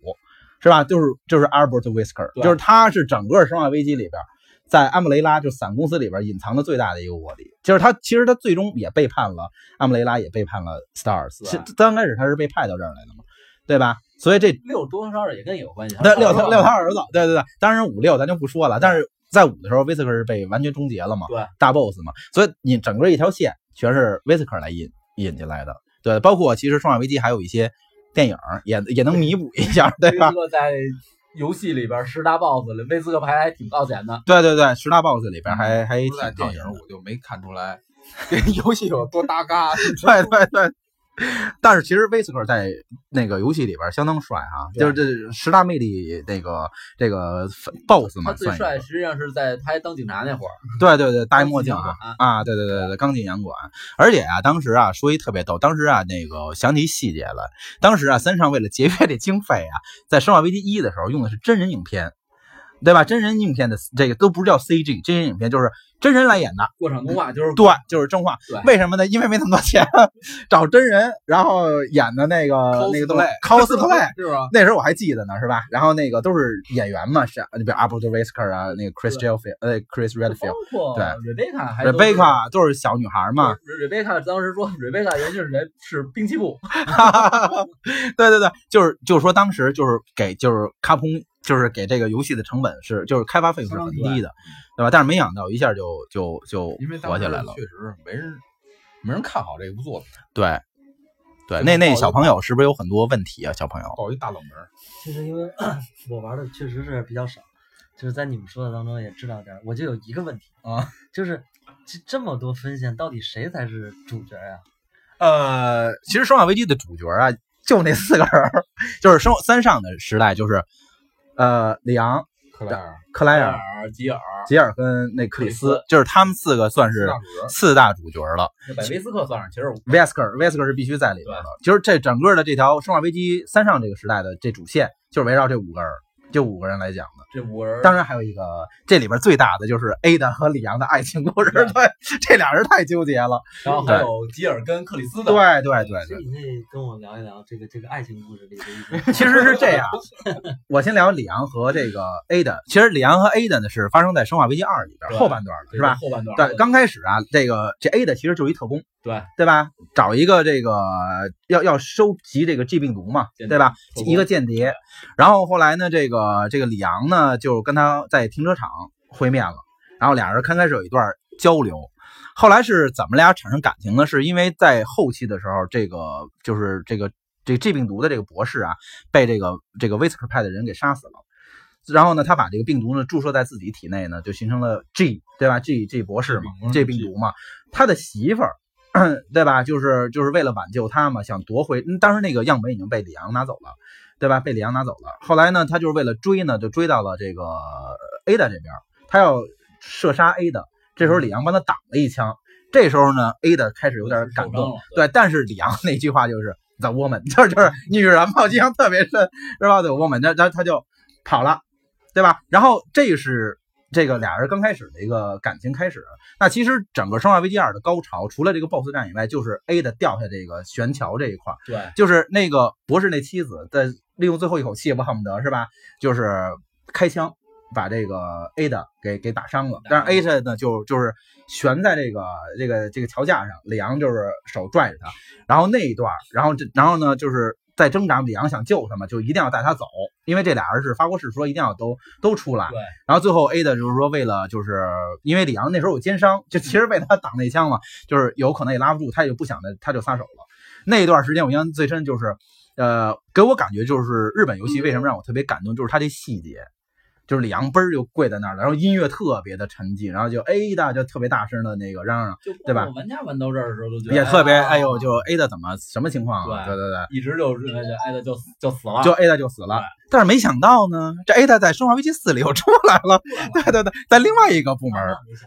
Speaker 2: 是吧？就是就是 Albert Whisker，
Speaker 4: 对
Speaker 2: 就是他是整个《生化危机》里边。在安布雷拉就伞公司里边隐藏的最大的一个卧底，就是他。其实他最终也背叛了安布雷拉，也背叛了 Stars。
Speaker 4: 对
Speaker 2: 其实刚开始他是被派到这儿来的嘛，对吧？所以这
Speaker 4: 六多多少少也跟有关系。
Speaker 2: 那六他
Speaker 4: 他
Speaker 2: 六他儿子，对对对，当然五六咱就不说了，但是在五的时候，威斯克是被完全终结了嘛，
Speaker 4: 对，
Speaker 2: 大 boss 嘛，所以你整个一条线全是威斯克来引引进来的，对，包括其实《生化危机》还有一些电影儿也也能弥补一下，对啊吧
Speaker 4: 威斯？克在游戏里边十大 BOSS 里，威斯克牌还挺靠前的。
Speaker 2: 对对对，十大 boss 里边
Speaker 4: 嗯
Speaker 2: 还还嗯挺
Speaker 3: 不是在电
Speaker 2: 好的
Speaker 3: 影我就没看出来跟游戏有多搭 嘎。
Speaker 2: 对对对。但是其实威斯克在那个游戏里边相当帅啊，就
Speaker 4: 对
Speaker 2: 是这十大魅力那个这个 BOSS
Speaker 4: 他
Speaker 2: 嘛，
Speaker 4: 最
Speaker 2: 嗯算一个
Speaker 4: 帅实际上是在他还当警察那会儿，
Speaker 2: 对对对，戴
Speaker 4: 钢
Speaker 2: 一墨
Speaker 4: 琴
Speaker 2: 镜
Speaker 4: 洋
Speaker 2: 啊
Speaker 4: 馆
Speaker 2: 啊，对对对对，钢琴洋馆。而且啊，当时啊，说一特别逗，当时啊，那个我想起一细节来，当时啊，三上为了节约这经费啊，在《生化危机一》的时候用的是真人影片，对吧？真人影片的这个都不是叫 CG，真人影片就是真人来演的，
Speaker 4: 过场动画 就是
Speaker 2: 对，就是真话
Speaker 4: 对。
Speaker 2: 为什么呢？因为没那么多钱，找真人，然后演的那个那个东西 cosplay，
Speaker 3: 是吧？
Speaker 2: 那时候我还记得呢，是吧？然后那个都是演员嘛，是比如 Albert Wesker 啊，那个 Chris
Speaker 4: 对
Speaker 2: Redfield，呃，Chris
Speaker 4: 包
Speaker 2: Redfield，
Speaker 4: 括
Speaker 2: 对
Speaker 4: Rebecca 还都是
Speaker 2: Rebecca 都是小女孩嘛，
Speaker 4: Rebecca 当时说 Rebecca 原ชื่是谁？是兵器部，
Speaker 2: 对对对，就是就是说当时就是给就是卡普空就是给这个游戏的成本是就是开发费用是很低的，对吧？但是没想到一下就就就
Speaker 3: 因为当
Speaker 2: 火
Speaker 3: 时
Speaker 2: 起来了
Speaker 3: 确，实没人没人看好这部作品，
Speaker 2: 对
Speaker 3: 对
Speaker 2: 对，那那
Speaker 3: 搞一
Speaker 2: 小朋友是不是有很多问题啊？小朋友，
Speaker 3: 搞一大冷门。
Speaker 5: 其实因为 我玩的确实是比较少，就是在你们说的当中也知道点儿，我就有一个问题
Speaker 3: 啊，
Speaker 5: 就是这这么多分线，到底谁才是主角呀、
Speaker 2: 呃，其实《生化危机》的主角啊，就那四个人儿，就是生三上的时代就是呃里昂、
Speaker 3: 克莱尔
Speaker 2: 克莱尔、
Speaker 4: 尔、吉尔，
Speaker 2: 吉尔跟那克里
Speaker 4: 克
Speaker 2: 斯，就是他们四个算是
Speaker 3: 大主角
Speaker 2: 四大主角了。
Speaker 4: 那把威斯克算上，其实我
Speaker 2: Vesker Vesker 是必须在里边的。就是这整个的这条《生化危机》三上这个时代的这主线，就是围绕这五个人儿，就五个人来讲的。
Speaker 4: 这五个人，
Speaker 2: 当然还有一个，这里边最大的就是 Ada 和李阳的爱情故事，
Speaker 4: 对
Speaker 2: 对， 这俩人太纠结了。
Speaker 4: 然后还有吉尔跟克里斯的，
Speaker 2: 对对对
Speaker 5: 所
Speaker 2: 对
Speaker 5: 以，你可以跟我聊一聊这个这个爱情故事里的一些。
Speaker 2: 其实是这样，我先聊李阳和这个 Ada。其实李阳和 Ada 呢是发生在《生化危机二》里边
Speaker 4: 对
Speaker 2: 后半段的，
Speaker 4: 这
Speaker 2: 是吧？
Speaker 4: 后半段，
Speaker 2: 对，刚开始啊，这个这 Ada 其实就是一特工，
Speaker 4: 对
Speaker 2: 对吧？找一个这个要要收集这个 G 病毒嘛，
Speaker 4: 间谍
Speaker 2: 对吧？
Speaker 4: 特工
Speaker 2: 一个间谍。然后后来呢，这个这个李阳呢就跟他在停车场会面了，然后俩人刚开始有一段交流。后来是怎么俩产生感情呢？是因为在后期的时候，这个就是这个这个 G 病毒的这个博士啊，被这个这个威斯克派的人给杀死了。然后呢，他把这个病毒呢注射在自己体内呢，就形成了 G 对吧？G G 博士嘛，G 病毒嘛，他的媳妇儿 对吧？就是就是为了挽救他嘛，想夺回。嗯当时那个样本已经被李阳拿走了，对吧？被李阳拿走了。后来呢，他就是为了追呢，就追到了这个 Ada 这边，他要射杀 Ada。这时候李阳帮他挡了一枪。这时候呢，Ada 开始有点感动，对，但是李阳那句话就是 “the woman”，就是 就是女人嘛，我印象特别深，是吧？the woman，那那他就跑了，对吧？然后这是这个俩人刚开始的一个感情开始。那其实整个《生化危机二》的高潮，除了这个 BOSS 战以外，就是 A 的掉下这个悬桥这一块儿，
Speaker 4: 对
Speaker 2: 就是那个博士那妻子在利用最后一口气，不恨不得是吧？就是开枪把这个 A 的给给打伤了，但是 A 的呢就就是悬在这个这个这个桥架上，李阳就是手拽着他，然后那一段儿，然后这然后呢就是。在挣扎，李阳想救他嘛，就一定要带他走，因为这俩人是法国士说一定要都都出来，
Speaker 4: 对，
Speaker 2: 然后最后 A 的就是说，为了就是因为李阳那时候有肩伤，就其实为他挡那枪嘛，就是有可能也拉不住，他也不想的，他就撒手了。那一段时间我印象最深就是，呃，给我感觉就是日本游戏为什么让我特别感动，就是它这细节，就是李阳嘣儿就跪在那儿了，然后音乐特别的沉寂，然后就 A 的就特别大声的那个嚷嚷，
Speaker 4: 就
Speaker 2: 对吧
Speaker 4: 包括玩家玩到这儿的时候都觉得
Speaker 2: 也特别
Speaker 4: 哎
Speaker 2: 哎
Speaker 4: 呀
Speaker 2: 呦，就 A 的怎么什么情况啊？
Speaker 4: 对
Speaker 2: 对啊对对。
Speaker 4: 一直就认为这艾德就死就死了，
Speaker 2: 就 Ada 就死了。但是没想到呢，这 Ada 在《生化危机四》里又出来了， 对对对，在另外一个部门，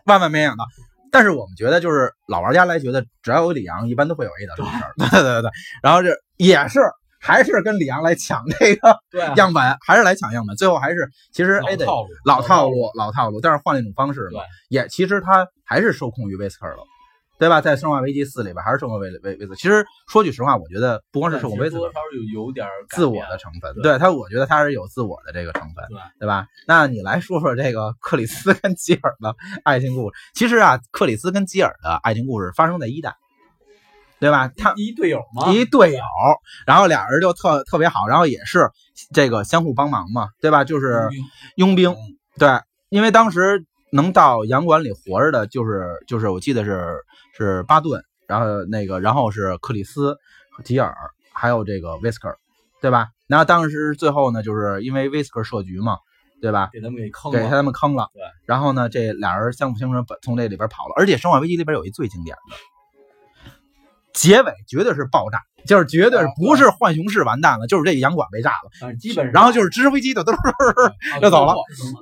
Speaker 2: 万万没想到。但是我们觉得，就是老玩家来觉得，只要有李阳，一般都会有 Ada 这种事儿。 对对对对，然后这也是还是跟李阳来抢这 个
Speaker 4: 对啊，
Speaker 2: 样本，还是来抢样本，最后还是其实 Ada
Speaker 4: 套路
Speaker 2: 老套路，老套路，但是换了一种方式嘛
Speaker 4: 对，
Speaker 2: 也其实他还是受控于威斯克了，对吧？在《生化危机四》里边还是受控威威威斯。其实说句实话，我觉得不光是受控威斯克
Speaker 4: 多，少有有点儿改
Speaker 2: 自我
Speaker 4: 变
Speaker 2: 的成分，
Speaker 4: 对
Speaker 2: 对他，我觉得他是有自我的这个成分，
Speaker 4: 对
Speaker 2: 吧？那你来说说这个克里斯跟吉尔的爱情故事。其实啊，克里斯跟吉尔的爱情故事发生在一代，对吧？他
Speaker 4: 一队友嘛，
Speaker 2: 一队友，然后俩人就特特别好，然后也是这个相互帮忙嘛，对吧？就是佣
Speaker 4: 嗯
Speaker 2: 兵，对，因为当时能到洋馆里活着的，就是就是我记得是是巴顿，然后那个然后是克里斯、吉尔，还有这个威斯克，对吧？然后当时最后呢，就是因为威斯克设局嘛，对吧？
Speaker 4: 给他们给坑
Speaker 2: 给
Speaker 4: 了，
Speaker 2: 他们坑了，
Speaker 4: 对。
Speaker 2: 然后呢，这俩人相互相成，从这里边跑了。而且《生化危机》里边有一最经典的结尾，绝对是爆炸，就是绝对是
Speaker 4: 啊对
Speaker 2: 不是浣熊市完蛋了，就是这洋馆被炸了，
Speaker 4: 但是基本上
Speaker 2: 然后就是直升飞机就都是
Speaker 4: 啊
Speaker 2: 就走了，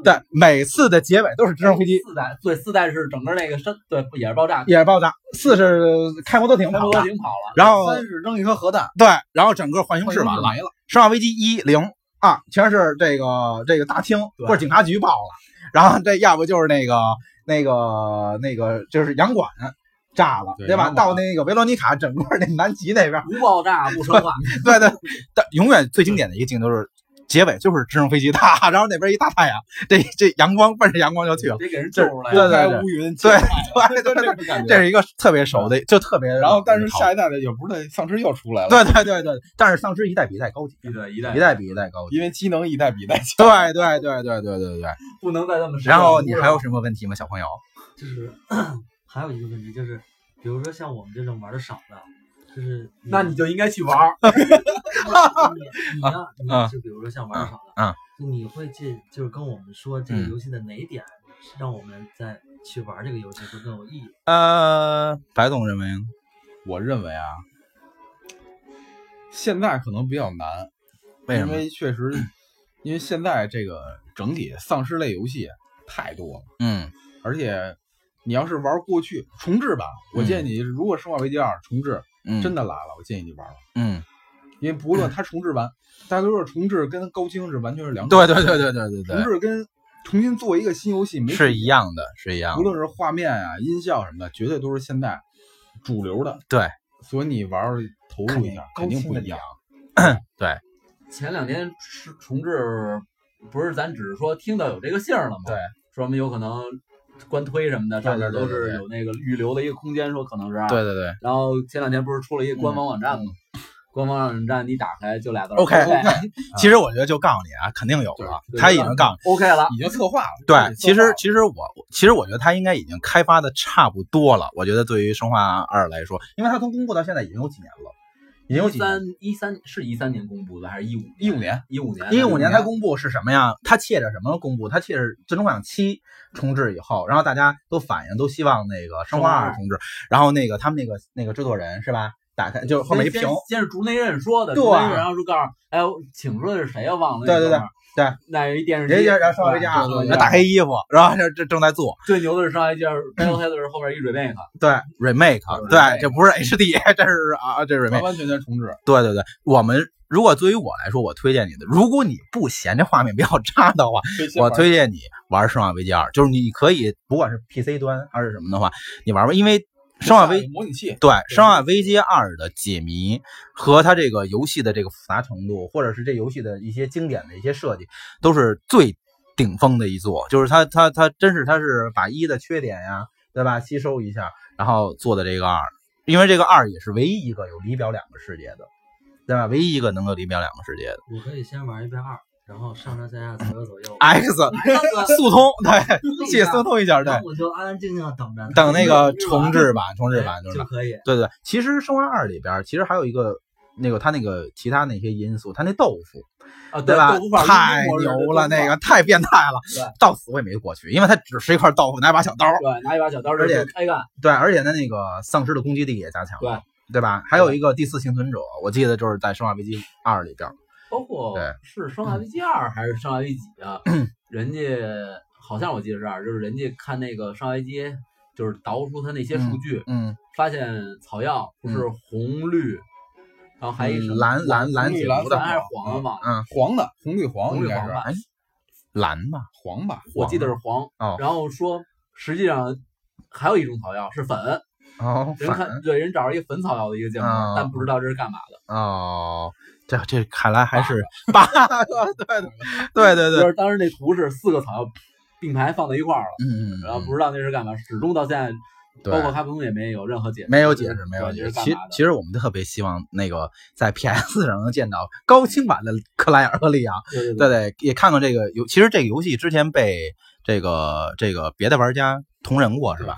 Speaker 4: 对。
Speaker 2: 对，每次的结尾都是直升飞机
Speaker 4: 四代对四代是整个那个身对也是爆炸，
Speaker 2: 也是爆炸，四是开摩托艇
Speaker 4: 开
Speaker 2: 跑
Speaker 4: 摩
Speaker 2: 的
Speaker 4: 托，艇跑了，
Speaker 2: 然后
Speaker 4: 三是扔一颗核弹，
Speaker 2: 对，然后整个浣熊市完了，
Speaker 3: 没了，
Speaker 2: 《生化危机》一零啊，全是这个这个大厅
Speaker 4: 对
Speaker 2: 或者警察局爆了，然后这要不就是那个那个那个就是洋馆炸了，
Speaker 3: 对
Speaker 2: 对吧？
Speaker 3: 洋馆
Speaker 2: 到那个维罗妮卡整个那南极那边，
Speaker 4: 不爆炸不生化，
Speaker 2: 对对，但永远最经典的一个镜头就是结尾就是直升飞机大，然后那边一大太阳，这这阳光奔着阳光就去了，
Speaker 4: 得给人救
Speaker 2: 这
Speaker 4: 出来。
Speaker 2: 对对
Speaker 3: 开
Speaker 2: 对
Speaker 3: 乌云，
Speaker 2: 对
Speaker 3: 对对对，这感
Speaker 2: 这
Speaker 3: 觉。
Speaker 2: 是一个特别熟的，就特别。
Speaker 3: 然后，但是下一代的也不是那丧尸又出来了，
Speaker 2: 对对对对，但是丧尸一代比一代高级，
Speaker 4: 一对一代
Speaker 2: 一代比一代高级。
Speaker 3: 因为机能一代比一代强。
Speaker 2: 对对对对对对对。
Speaker 4: 不能再这么深入了。
Speaker 2: 然后你还有什么问题吗，小朋友？
Speaker 5: 就是 还有一个问题就是，比如说像我们这种玩的少的，就是
Speaker 4: 嗯那你就应该去玩儿，
Speaker 5: 你
Speaker 2: 啊
Speaker 5: 要你要是比如说像玩少的，
Speaker 2: 嗯
Speaker 5: 你会介就是跟我们说这个
Speaker 2: 嗯
Speaker 5: 游戏的哪一点，让我们再去玩这个游戏会更有意义？
Speaker 2: 呃，白总认为呢，
Speaker 3: 我认为啊，现在可能比较难，
Speaker 2: 为什
Speaker 3: 因
Speaker 2: 么？
Speaker 3: 为确实，因为现在这个呃整体丧尸类游戏太多了，
Speaker 2: 嗯
Speaker 3: 而且你要是玩过去
Speaker 4: 嗯
Speaker 3: 重置版，我建议你如果《生化危机二》重置
Speaker 2: 嗯，
Speaker 3: 真
Speaker 2: 的，
Speaker 3: 的来了，我建议你玩玩。
Speaker 2: 嗯
Speaker 3: 因为不论它重置完，大家都知道重置跟高清是完全是两种。
Speaker 2: 对对对对对对
Speaker 3: 重
Speaker 2: 对，
Speaker 3: 置跟重新做一个新游戏没
Speaker 2: 是一样的，是一样
Speaker 3: 无
Speaker 2: 的。
Speaker 3: 论是画面啊、音效什么的，绝对都是现在主流的。
Speaker 2: 对，
Speaker 3: 所以你玩儿投入一下，肯定不一样。啊
Speaker 4: 前两天重重置，不是咱只是说听到有这个信儿了吗？
Speaker 2: 对，
Speaker 4: 说我们有可能官推什么的，上面
Speaker 2: 对对
Speaker 4: 都
Speaker 2: 对
Speaker 4: 是
Speaker 2: 对
Speaker 4: 有那个预留的一个空间，说可能是。啊
Speaker 2: 对。对
Speaker 3: 啊
Speaker 2: 对
Speaker 4: 然后前两天不是出了一个官方网站吗？官方网站你打开就俩字儿
Speaker 2: 嗯，OK。其 实我觉得就告诉你啊，肯定有了，他已经告诉你。
Speaker 4: OK 了，
Speaker 3: 已经策划了。
Speaker 2: 对，其
Speaker 3: 策划
Speaker 2: 实
Speaker 3: 了
Speaker 2: 其实我其实我觉得他应该已经开发的差不多了。我觉得对于《生化二》来说，因为它从公布到现在已经有几年了，已经有
Speaker 4: 一
Speaker 2: 几年
Speaker 4: 三，一三是一三年公布的还是一五
Speaker 3: 一五年，
Speaker 4: 一五年
Speaker 2: 嗯一五年
Speaker 4: 它
Speaker 2: 它公布是什么呀？它借着什么公布？它借着《最终幻想七》重置以后，然后大家都反映都希望那个《生化二》重置，然后那个他们那个那个制作人是吧？打开就是后面一屏
Speaker 4: 先，先是竹内刃说的，
Speaker 2: 对
Speaker 4: 竹内刃然后就告诉，哎，我请出的是谁呀？忘了那
Speaker 2: 对对
Speaker 4: 哥们儿。
Speaker 2: 对
Speaker 4: 那有一电视
Speaker 2: 人
Speaker 4: 机，
Speaker 2: 家然后上回家，
Speaker 4: 对对
Speaker 2: 然
Speaker 4: 对
Speaker 2: 后打开衣服，然后这这正在做
Speaker 4: 最牛的是上来就是 Battle h e a d 是后边一 remake，
Speaker 2: 对 remake，对，这不是 HD，这是 啊，这是 remake
Speaker 3: 完。完全全重置。
Speaker 2: 对对对，我们如果对于我来说，我推荐你的，如果你不嫌这画面比较 差的话，我推荐你玩《生化危机二》，就是你可以不管是 PC 端还是什么的话，你玩吧，因为《生化危》
Speaker 3: 模拟器，
Speaker 2: 对《生化危机二》的解谜和它这个游戏的这个复杂程度，或者是这游戏的一些经典的一些设计，都是最顶峰的一座。就是它它它真是它是把一的缺点呀，对吧，吸收一下，然后做的这个二，因为这个二也是唯一一个有里表两个世界的，对吧？唯一一个能够里表两个世界的
Speaker 5: 我可以先玩一遍二，然后上上下下左右左右，
Speaker 2: X 速通，对，去
Speaker 5: 一下
Speaker 2: 速通一下，对
Speaker 5: 然，后我就安安静静的等着它
Speaker 2: 等那个重置版，重置版，重置
Speaker 5: 就
Speaker 2: 版。
Speaker 5: 可以。
Speaker 2: 对对，其实《生化二》里边儿其实还有一个那个他那个其他那些因素，他那豆腐
Speaker 4: 啊，
Speaker 2: 对吧
Speaker 4: 豆腐块？儿
Speaker 2: 太
Speaker 4: 一模一样
Speaker 2: 牛了，那个太变态了
Speaker 4: 对，
Speaker 2: 到死我也没过去，因为他只是一块豆腐，拿一把小刀儿。
Speaker 4: 对，拿一把小刀儿
Speaker 2: 而且
Speaker 4: 就开干，
Speaker 2: 对，而且他那个丧尸的攻击力也加强了，对吧？还有一个第四幸存者，我记得就是在《生化危机二》里边儿，
Speaker 4: 包括
Speaker 2: 对
Speaker 4: 是《生化危机二》还是《生化危机》几啊？人家好像我记得是二，就是人家看那个《生化危机》，就是导出他那些数据，
Speaker 2: 嗯，
Speaker 4: 发现草药不是红绿，然后还一什么
Speaker 2: 嗯蓝蓝蓝
Speaker 3: 绿
Speaker 2: 紫
Speaker 3: 蓝
Speaker 2: 不
Speaker 4: 咱
Speaker 2: 的
Speaker 4: 还是黄的吧？
Speaker 2: 嗯，
Speaker 3: 黄的红绿黄
Speaker 4: 红
Speaker 3: 应
Speaker 4: 绿
Speaker 3: 该
Speaker 4: 黄
Speaker 3: 是
Speaker 2: 哎
Speaker 4: 吧？
Speaker 2: 蓝吧，
Speaker 3: 黄吧？
Speaker 4: 我记得是黄。
Speaker 2: 哦
Speaker 4: 然后说实际上还有一种草药是粉，
Speaker 2: 哦，
Speaker 4: 人
Speaker 2: 反
Speaker 4: 看对人找着一个粉草药的一个建模，
Speaker 2: 啊
Speaker 4: 但不知道这是干嘛的。
Speaker 2: 哦，这这看来还是八 个，对对对对哦对
Speaker 4: 就，是当时那图是四个草药并排放到一块儿了，
Speaker 2: 嗯，嗯
Speaker 4: 然后
Speaker 2: 嗯
Speaker 4: 不知道那是干嘛，始终到现在。
Speaker 2: 对
Speaker 4: 包括哈普也没有任何解释，
Speaker 2: 没有解释，没有
Speaker 4: 对
Speaker 2: 解
Speaker 4: 这
Speaker 2: 释。
Speaker 4: 是干
Speaker 2: 其
Speaker 4: 嘛的
Speaker 2: 其实我们特别希望那个在 PS 上能见到高清版的克莱尔和里昂，
Speaker 4: 对对
Speaker 2: 对
Speaker 4: 对，
Speaker 2: 对，也看看这个游。其实这个游戏之前被这个这个别的玩家同人过是吧？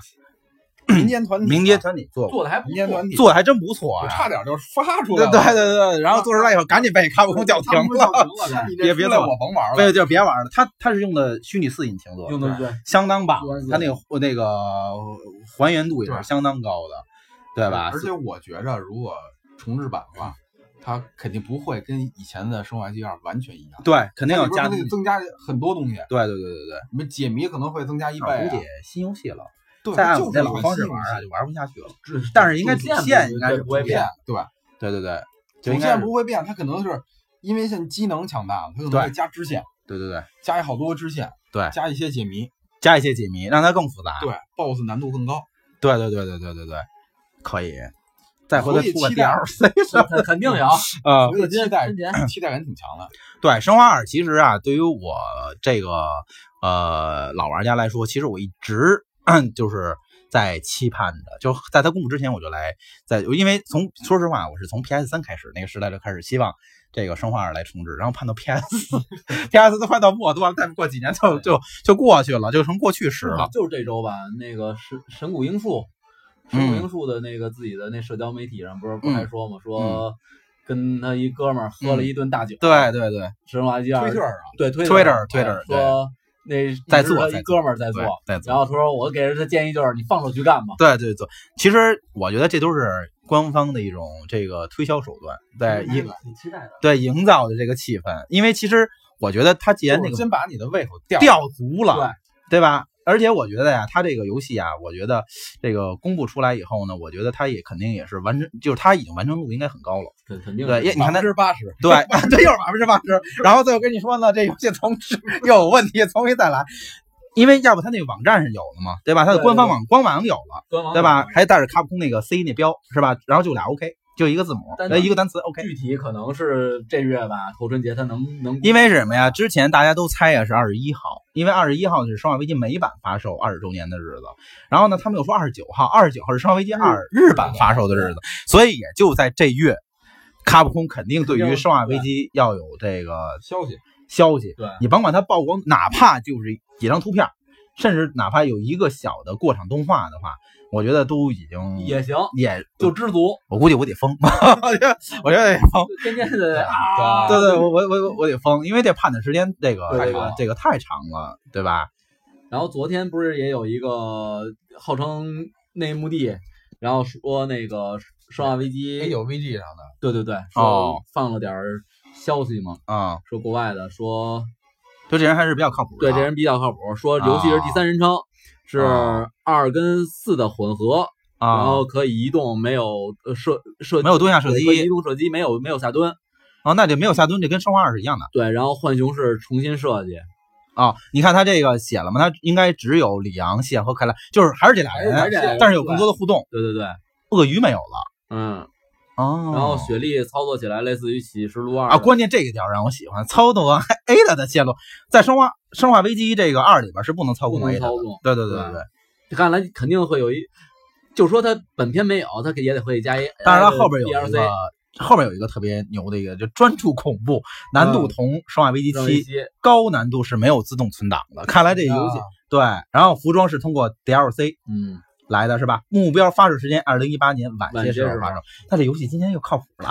Speaker 3: 民间团体，
Speaker 2: 民间团体做过，
Speaker 4: 做的还不
Speaker 3: 民
Speaker 4: 错
Speaker 3: 间。团体
Speaker 2: 做的还真不错
Speaker 3: 我
Speaker 2: 呀、
Speaker 3: 差点就发出来
Speaker 2: 对
Speaker 3: 了。
Speaker 2: 对对对，然后做出来以后，赶紧被卡普空叫停了。
Speaker 3: 了，你
Speaker 2: 别
Speaker 3: 这
Speaker 2: 别
Speaker 3: 出来
Speaker 2: 做了
Speaker 3: 我甭玩了。
Speaker 2: 对，就别玩了。他他是用的虚拟四引擎做，
Speaker 4: 用的对，
Speaker 2: 相当棒
Speaker 4: 对，
Speaker 2: 他那个那个还原度也是
Speaker 3: 对
Speaker 2: 相当高的，对吧？
Speaker 3: 而且我觉着，如果重置版的话，它肯定不会跟以前的《生化危机二》完全一样。
Speaker 2: 对，肯定要
Speaker 3: 它里边儿
Speaker 2: 加
Speaker 3: 它得增加很多东西，
Speaker 2: 对对对对对，
Speaker 3: 什么解谜可能会增加一倍
Speaker 2: 估
Speaker 3: 啊
Speaker 2: 计。新游戏了，
Speaker 3: 对，
Speaker 2: 再按
Speaker 3: 就
Speaker 2: 我
Speaker 3: 是
Speaker 2: 这
Speaker 3: 这
Speaker 2: 老
Speaker 3: 款
Speaker 2: 方式
Speaker 3: 新
Speaker 2: 玩
Speaker 3: 游
Speaker 2: 啊，
Speaker 3: 戏
Speaker 2: 就玩不下去了。
Speaker 4: 这
Speaker 2: 但是应该主
Speaker 4: 主线
Speaker 2: 线
Speaker 4: 不
Speaker 2: 应该是
Speaker 4: 不会
Speaker 2: 主
Speaker 4: 变
Speaker 2: 线，
Speaker 3: 对吧？
Speaker 2: 对对对，就
Speaker 3: 主
Speaker 2: 应该
Speaker 3: 线
Speaker 2: 是
Speaker 3: 不会变，它可能是因为现在机能强大了，它可能会
Speaker 2: 对
Speaker 3: 加支线，
Speaker 2: 对对对，
Speaker 3: 加一好多个支线，
Speaker 2: 对
Speaker 3: 加一些解谜，
Speaker 2: 加一些解谜，让它更复杂。
Speaker 3: 对，BOSS 难度更高。
Speaker 2: 对对对对对对对，可以。再回头
Speaker 3: 所以
Speaker 2: 出个
Speaker 3: 期待
Speaker 2: DLC
Speaker 4: 肯肯定有，
Speaker 2: 啊，
Speaker 3: 所以期待
Speaker 4: 春节
Speaker 3: 期待感挺强的。
Speaker 2: 对《生化二》，其实啊，对于我这个呃老玩家来说，其实我一直就是在期盼着，就在它公布之前，我就来在，因为从说实话，我是从 PS 三开始那个时代就开始希望这个《生化二》来重置，然后盼到 PS 四，PS 都快到末端了，再过几年就就就过去了，就成过去式了。
Speaker 4: 就是这周吧，那个神神谷英树，神
Speaker 2: 嗯
Speaker 4: 谷英树的那个自己的那社交媒体上不是不还说嘛，说跟他一哥们儿喝了一顿大酒，
Speaker 2: 嗯对，对对，
Speaker 4: 生化危
Speaker 2: 啊
Speaker 4: 机二
Speaker 3: 推特，上
Speaker 4: 对推
Speaker 2: Twitter，
Speaker 4: 推
Speaker 2: Twitter，对
Speaker 4: 说那
Speaker 2: 在做
Speaker 4: 一直是他
Speaker 2: 在做
Speaker 4: 一哥们儿在做
Speaker 2: 对，在做
Speaker 4: 然后他说我给人的建议就是你放手去干吧，
Speaker 2: 对对对，其实我觉得这都是官方的一种这个推销手段，在
Speaker 5: 也
Speaker 4: 哎
Speaker 2: 营
Speaker 5: 挺期待的。
Speaker 2: 对营造的这个气氛，因为其实我觉得他既然
Speaker 3: 就
Speaker 2: 那
Speaker 3: 是
Speaker 2: 个
Speaker 3: 先把你的胃口吊
Speaker 2: 吊足了，对吧？而且我觉得呀，它这个游戏啊，我觉得这个公布出来以后呢，我觉得它也肯定也是完成，就是它已经完成度应该很高了。
Speaker 4: 肯肯定是
Speaker 2: 对，也你看它
Speaker 3: 百分之八十，
Speaker 2: 对 对，又是百分之八十。然后再我跟你说呢，这游戏从此又有问题，重新再来。因为要不它那个网站是有的嘛，对吧？它的
Speaker 4: 对
Speaker 2: 官方
Speaker 4: 对
Speaker 2: 网官网有了，
Speaker 4: 官网
Speaker 2: 对吧？？还带着卡普空那个 C 那标是吧？然后就俩 OK，就一个字母，
Speaker 4: 单嗯
Speaker 2: 呃
Speaker 4: 词
Speaker 2: 一个单词 OK。
Speaker 4: 具体可能是这月吧，头春节它能能
Speaker 2: 因为是什么呀？之前大家都猜呀是二十一号，因为二十一号是《生化危机》美版发售二十周年的日子。然后呢，他们又说二十九号，二十九号是《生化危机二》
Speaker 4: 嗯
Speaker 2: 日版发售的日子，所以也就在这月，卡普空肯定对于《生化危机》要有这个
Speaker 3: 消息
Speaker 2: 消息。
Speaker 4: 对
Speaker 2: 你甭管它曝光，哪怕就是几张图片，甚至哪怕有一个小的过场动画的话，我觉得都已经
Speaker 4: 也行，
Speaker 2: 也
Speaker 4: 就知足，
Speaker 2: 我估计我得疯， 我觉得我觉得得疯。
Speaker 4: 天天的啊，
Speaker 2: 对对，我我我我得疯，因为这判的时间这个
Speaker 4: 对
Speaker 2: 这
Speaker 4: 对
Speaker 2: 个
Speaker 4: 对
Speaker 2: 这个太长了，对吧？
Speaker 4: 然后昨天不是也有一个号称内幕地，然后说那个《生化危机》
Speaker 3: 也有 VG 上的，
Speaker 4: 对对对，
Speaker 2: 哎哦
Speaker 4: 说放了点儿消息嘛，
Speaker 2: 啊、
Speaker 4: 说国外的说
Speaker 2: 就这人还是比较靠谱的
Speaker 4: 对
Speaker 2: 啊。
Speaker 4: 这人比较靠谱，说游戏是第三人称，是
Speaker 2: 啊
Speaker 4: 二跟四的混合，然
Speaker 2: 啊，
Speaker 4: 后可以移动，没有呃射射
Speaker 2: 没有蹲下射
Speaker 4: 可以移
Speaker 2: 击
Speaker 4: 动射击，没有没有下蹲，
Speaker 2: 啊，那就没有下蹲，这跟生化二是一样的
Speaker 4: 对，然后浣熊是重新设计，
Speaker 2: 啊。你看他这个写了吗？他应该只有里昂、谢和凯莱，就是还是这俩
Speaker 4: 还是
Speaker 2: 人，
Speaker 4: 这俩人
Speaker 2: 但是有更多的互动。
Speaker 4: 对对对，
Speaker 2: 鳄鱼没有了
Speaker 4: 嗯，
Speaker 2: 哦，
Speaker 4: 然后雪莉操作起来类似于启示录二
Speaker 2: 啊，
Speaker 4: 的
Speaker 2: 关键这一条让我喜欢，操纵 Ada 的线路在生化生化危机这个二里边是不能操控
Speaker 4: 不能
Speaker 2: Ada 的
Speaker 4: 操纵
Speaker 2: 对对对
Speaker 4: 对
Speaker 2: 对对。
Speaker 4: 看来肯定会有一，就说他本片没有，他也得会加一。
Speaker 2: 当然了，后边有一
Speaker 4: DLC
Speaker 2: 个后边有一个特别牛的一个，就专注恐怖，难度同《嗯生化危机啊
Speaker 4: 让一
Speaker 2: 七》
Speaker 4: 些
Speaker 2: 高难度是没有自动存档的。看来这游戏、对，然后服装是通过 DLC
Speaker 4: 嗯，
Speaker 2: 来的是吧？目标发售时间二零一八年晚
Speaker 4: 晚
Speaker 2: 些时
Speaker 4: 些时
Speaker 2: 候
Speaker 4: 候
Speaker 2: 发售。那这游戏今天又靠谱 了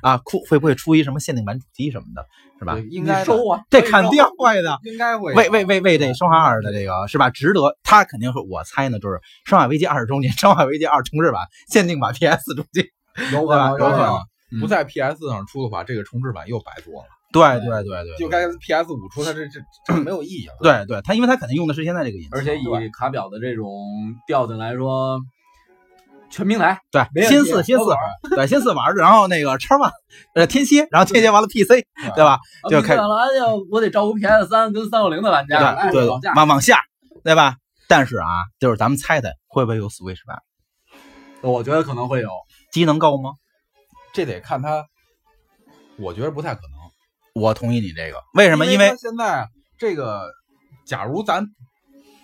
Speaker 2: 啊！库会不会出一什么限定版主机什么的，是吧
Speaker 3: 对？应该的
Speaker 4: 收啊，
Speaker 2: 这肯定会啊的。
Speaker 3: 应该会有
Speaker 2: 为为为为这《生化二》的这个是吧？值得，他肯定是我猜呢，就是《生化危机二十周年》《生化危机二》重置版限定版 PS 主机，
Speaker 4: 有
Speaker 2: 对吧？
Speaker 3: 有
Speaker 2: 有可
Speaker 3: 可
Speaker 2: 能
Speaker 3: 能。嗯不在 PS 上出的话，这个重置版又白做了，
Speaker 2: 对
Speaker 4: 嗯
Speaker 2: 对对对，
Speaker 3: 就该 PS 五出，它这这这没有意义了。
Speaker 2: 对对，他因为他肯定用的是现在这个引擎，
Speaker 4: 而且以
Speaker 2: 对
Speaker 4: 卡表的这种调性来说，全平台
Speaker 2: 对
Speaker 4: 有
Speaker 2: 新
Speaker 4: 意义
Speaker 2: 四新
Speaker 4: 都
Speaker 2: 四
Speaker 4: 玩儿
Speaker 2: 对新四玩儿，然后那个叉 one 呃天蝎，然后天蝎完了 PC
Speaker 4: 嗯
Speaker 2: 对吧？就开始
Speaker 4: 了，哎呀，我得照顾 PS 三跟三六零的玩家，哎
Speaker 2: 对对
Speaker 4: 往下
Speaker 2: 往往下对吧？但是啊，就是咱们猜猜会不会有 Switch 版？
Speaker 4: 我觉得可能会有，
Speaker 2: 机能够吗？
Speaker 3: 这得看它，我觉得不太可能。
Speaker 2: 我同意你这个，为什么？因
Speaker 3: 因
Speaker 2: 为
Speaker 3: 它现在这个，假如咱，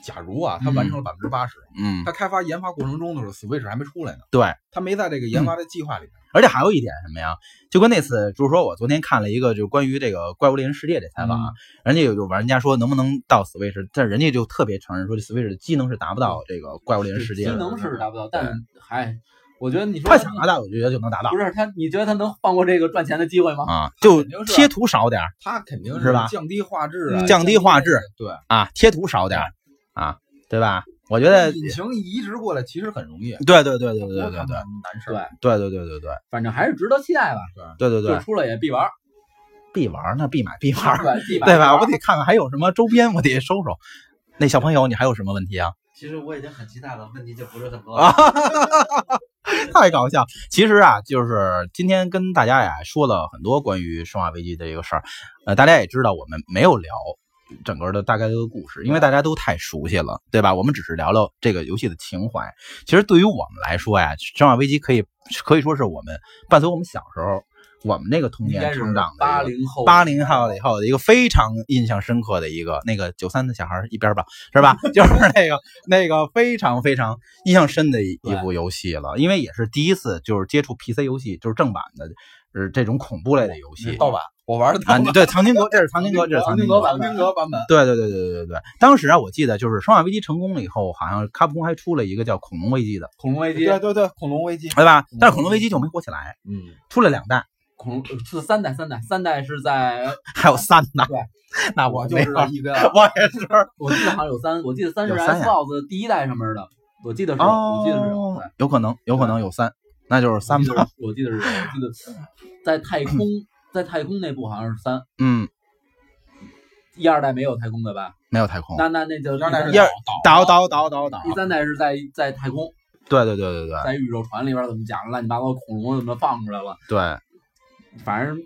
Speaker 3: 假如啊，它完成了百分之八十，
Speaker 2: 嗯，
Speaker 3: 它开发研发过程中的时候，Switch 还没出来呢，
Speaker 2: 对，
Speaker 3: 它没在这个研发的计划里面。
Speaker 2: 而且还有一点什么呀？就跟那次，就是说我昨天看了一个，就是关于这个《怪物猎人世界》这采
Speaker 4: 嗯
Speaker 2: 访啊，人家有有玩家说能不能到 Switch，但人家就特别承认说这 Switch 的机能是达不到这个《怪物猎人世界》
Speaker 4: 机
Speaker 2: 的，
Speaker 4: 能是达不到，但还我觉得你说
Speaker 2: 他想达到，我觉得就能达到
Speaker 4: 不是他，你觉得他能放过这个赚钱的机会吗？
Speaker 2: 啊，就
Speaker 3: 肯定是啊
Speaker 2: 贴图少点儿
Speaker 3: 它肯定
Speaker 2: 是吧
Speaker 3: 降低画质啊，
Speaker 2: 嗯降低画质，
Speaker 3: 对。
Speaker 2: 啊，贴图少点儿啊，对吧？我觉得，
Speaker 3: 引擎移植过来其实很容易，
Speaker 2: 对对对对对对对
Speaker 3: 不可能难事儿。
Speaker 2: 对对对对对对
Speaker 4: 反正还是值得期待吧。
Speaker 2: 对对
Speaker 4: 就
Speaker 2: 对，
Speaker 4: 出了也必玩，
Speaker 2: 必玩儿那必买 必 玩儿，
Speaker 4: 对
Speaker 2: 对吧？我得看看还有什么周边，我得收收。那小朋友，你还有什么问题啊？
Speaker 5: 其实我已经很期待了，问题就不是很多
Speaker 2: 啊太搞笑！其实啊，就是今天跟大家呀说了很多关于《生化危机》的一个事儿，呃，大家也知道我们没有聊整个的大概的一个故事，
Speaker 4: 啊
Speaker 2: 因为大家都太熟悉了，对吧？我们只是聊聊这个游戏的情怀。其实对于我们来说呀，《生化危机》可以可以说是我们伴随我们小时候我们那个童
Speaker 4: 应
Speaker 2: 年
Speaker 4: 该是
Speaker 2: 成长的
Speaker 4: 八
Speaker 2: 一个
Speaker 4: 零后，
Speaker 2: 八零后以后的一个非常印象深刻的一个那个九三的小孩儿一边儿吧，是吧？ 就是那个那个非常非常印象深的一一
Speaker 4: 对
Speaker 2: 部游戏了，因为也是第一次就是接触 PC 游戏，就是正版的，呃，这种恐怖类的游戏。
Speaker 3: 嗯盗版，我玩的盗
Speaker 2: 啊，
Speaker 3: 版
Speaker 2: 对，藏经阁，这是藏经阁，这是藏经 阁。
Speaker 3: 藏经阁版本。
Speaker 2: 对对对对对对对，当时啊，我记得就是《生化危机》成功了以后，好像卡普空还出了一个叫《恐龙危机》的，
Speaker 4: 恐龙危机，
Speaker 3: 对对对，恐龙危机，
Speaker 2: 对吧？但是《恐龙危机》就没火起来，
Speaker 4: 嗯，
Speaker 2: 出了两代，
Speaker 4: 恐龙是三代，三代，三代 是在
Speaker 2: 还有三呢。
Speaker 3: 嗯
Speaker 4: 对，
Speaker 2: 那
Speaker 3: 我就
Speaker 2: 没
Speaker 3: 知
Speaker 2: 法
Speaker 3: 道
Speaker 2: 儿，
Speaker 3: 一个
Speaker 2: 我也是。
Speaker 4: 我记得好像有三，我记得三是
Speaker 2: 有三呀
Speaker 4: Xbox 第一代上面的，我记得是，
Speaker 2: 哦，
Speaker 4: 我记得是有，对
Speaker 2: 有可能，有可能有三，那就是三吧。
Speaker 4: 我记得是，我记得是，我记得在太空，在太空那部好像是三，
Speaker 2: 嗯，
Speaker 4: 一二代没有太空的吧？
Speaker 3: 没有太空。
Speaker 4: 那那那就
Speaker 2: 一二代是
Speaker 4: 一二
Speaker 2: 倒倒倒倒倒，
Speaker 4: 第三代是在在太空，
Speaker 3: 对对对对对
Speaker 4: 在宇宙船里边怎么讲乱七八糟恐龙怎么放出来了？
Speaker 3: 对，
Speaker 4: 反正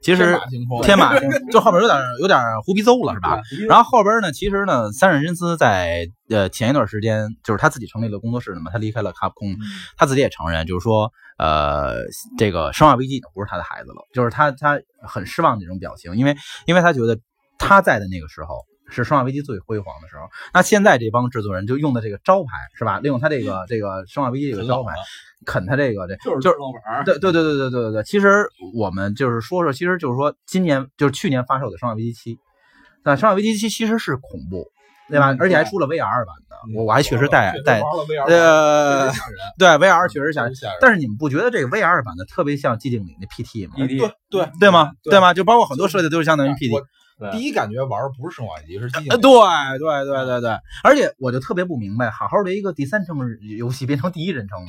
Speaker 2: 其实
Speaker 3: 天马行空
Speaker 2: 天马行空就后边有点有点胡逼邹了是吧？？
Speaker 4: 对
Speaker 2: 然后后边呢，其实呢，三上真司在呃前一段时间，就是他自己成立了工作室嘛，他离开了卡普
Speaker 4: 嗯
Speaker 2: 空，他自己也承认，就是说，呃，这个《生化危机》已经不是他的孩子了，就是他他很失望的那种表情，因为因为他觉得他在的那个时候是《生化危机》最辉煌的时候，那现在这帮制作人就用的这个招牌是吧？利用他这个
Speaker 4: 嗯
Speaker 2: 这个《生化危机》这个招牌，啃他这个这
Speaker 4: 就是
Speaker 2: 就是
Speaker 4: 老板儿，
Speaker 2: 对对对对对对对对，其实我们就是说说，其实就是说今年就是去年发售的《生化危机七》，那《生化危机七》其实是恐怖，对吧？
Speaker 4: 嗯
Speaker 2: 而且还
Speaker 4: 对
Speaker 2: 出了 VR 版的，我我还确实带带
Speaker 3: 玩了 VR
Speaker 2: 呃，
Speaker 3: 吓人，
Speaker 2: 对 VR 确实吓人。
Speaker 3: 吓人。
Speaker 2: 但是你们不觉得这个 VR 版的特别像寂静岭那 PT 吗？
Speaker 4: ED
Speaker 3: 对
Speaker 2: 对吗？
Speaker 3: 对
Speaker 2: 对吗？就包括很多设计都是相当于 PT。
Speaker 3: 我第一感觉玩儿不是生化危机，是机
Speaker 2: 呃，对对对对对，而且我就特别不明白，好好的一个第三称游戏变成第一人称了。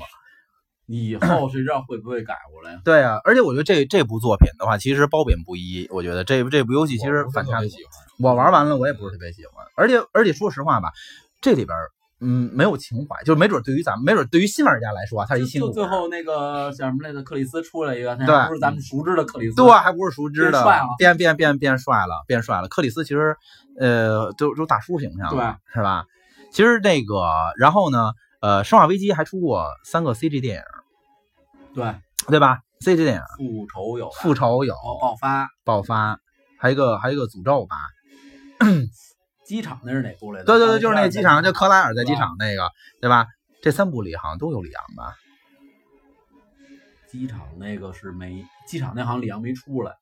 Speaker 4: 以后谁知道会不会改过来？
Speaker 2: 对啊，而且我觉得这这部作品的话，其实褒贬不一。我觉得这这部游戏其实反差
Speaker 3: 很
Speaker 2: 挺
Speaker 3: 喜欢。
Speaker 2: 我玩完了，我也不是特别喜欢。而且而且说实话吧，这里边儿嗯没有情怀，就是没准对于咱们，没准对于新玩家来说啊，它是一新
Speaker 4: 就
Speaker 2: 入
Speaker 4: 最
Speaker 2: 门。
Speaker 4: 后那个叫什么来着？克里斯出来一个，那
Speaker 2: 对
Speaker 4: 还不是咱们熟知的克里斯，
Speaker 2: 对，啊还不是熟知
Speaker 4: 变
Speaker 2: 的
Speaker 4: 帅了，
Speaker 2: 变变变变帅了，变帅了。克里斯其实，呃，都都大叔形象了，是吧？其实那个，然后呢，呃，《生化危机》还出过三个 CG 电影，
Speaker 4: 对，
Speaker 2: 对吧？CG 电影，
Speaker 4: 复仇有吧
Speaker 2: 复仇有
Speaker 4: 哦爆发，
Speaker 2: 爆发，还有一个还有一个诅咒吧，
Speaker 4: 机场那是哪部来着？
Speaker 2: 对对对，就是那个机场，就克莱尔在
Speaker 4: 对吧
Speaker 2: 机场那个，对吧？这三部里好像都有里昂吧？
Speaker 4: 机场那个是没机场那好像李阳没出来，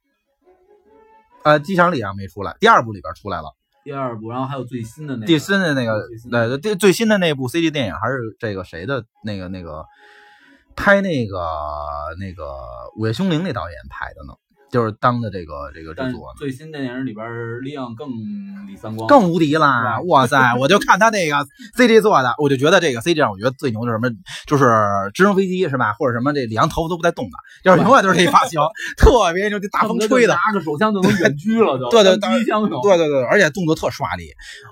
Speaker 2: 呃，机场里昂没出来，第二部里边出来了，
Speaker 4: 第二部，然后还有最新的那个
Speaker 2: 最新的那个
Speaker 4: 最新，的
Speaker 2: 对，最最新的那部 CG 电影还是这个谁的那个那个拍那个那个《午夜凶铃》那导演拍的呢，就是当的这个这个
Speaker 4: 但
Speaker 2: 制
Speaker 4: 是
Speaker 2: 作呢。
Speaker 4: 最新电影里边儿，利昂更李三光，
Speaker 2: 更无敌啦！
Speaker 4: 对
Speaker 2: 哇 塞，我就看他那个 CG 做的，我就觉得这个 CG 上我觉得最牛就是什么，就是直升飞机是吧？或者什么这里昂头发都不带动的，要是永远都是这 发型，特别牛，这大风吹的，
Speaker 4: 拿个手枪就能远 狙了，就
Speaker 2: 对对当
Speaker 4: 当
Speaker 2: 然
Speaker 4: 机枪手，
Speaker 2: 对对对，而且动作特刷力。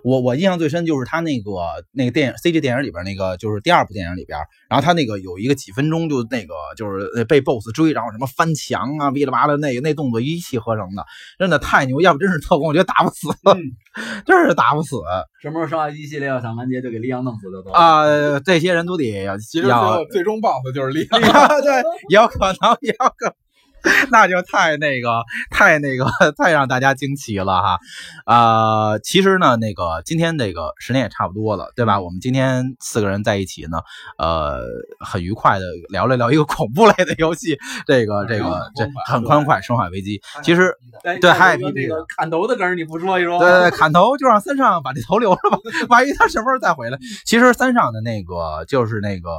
Speaker 2: 我我印象最深就是他那个那个电影 CG 电影里边那个，就是第二部电影里边，然后他那个有一个几分钟就那个就是被 BOSS 追，然后什么翻墙啊、哔哩吧啦那个那动作一气呵成的，真的太牛！要不真是特工，我觉得打不死，
Speaker 4: 嗯
Speaker 2: 真是打不死
Speaker 4: 什么时候生化危机系列要想完结，就给利昂弄死就得了。
Speaker 2: 啊、这些人都得要
Speaker 3: 其实最后最终 BOSS 就是李
Speaker 2: 对，也有可能，也有可能，那就太那个，太那个，太让大家惊奇了哈。呃，其实呢，那个今天这个时间也差不多了，对吧？我们今天四个人在一起呢，呃，很愉快的聊了聊一个恐怖类的游戏，这个这个这很欢快，《生化危机》其实。
Speaker 4: 哎
Speaker 2: 对
Speaker 4: 那
Speaker 2: 还有
Speaker 4: 个
Speaker 2: BB
Speaker 4: 那个砍头的梗儿你不说一说？
Speaker 2: 对对，对，砍头就让三上把这头留着吧，万一他什么时候再回来。其实三上的那个就是那个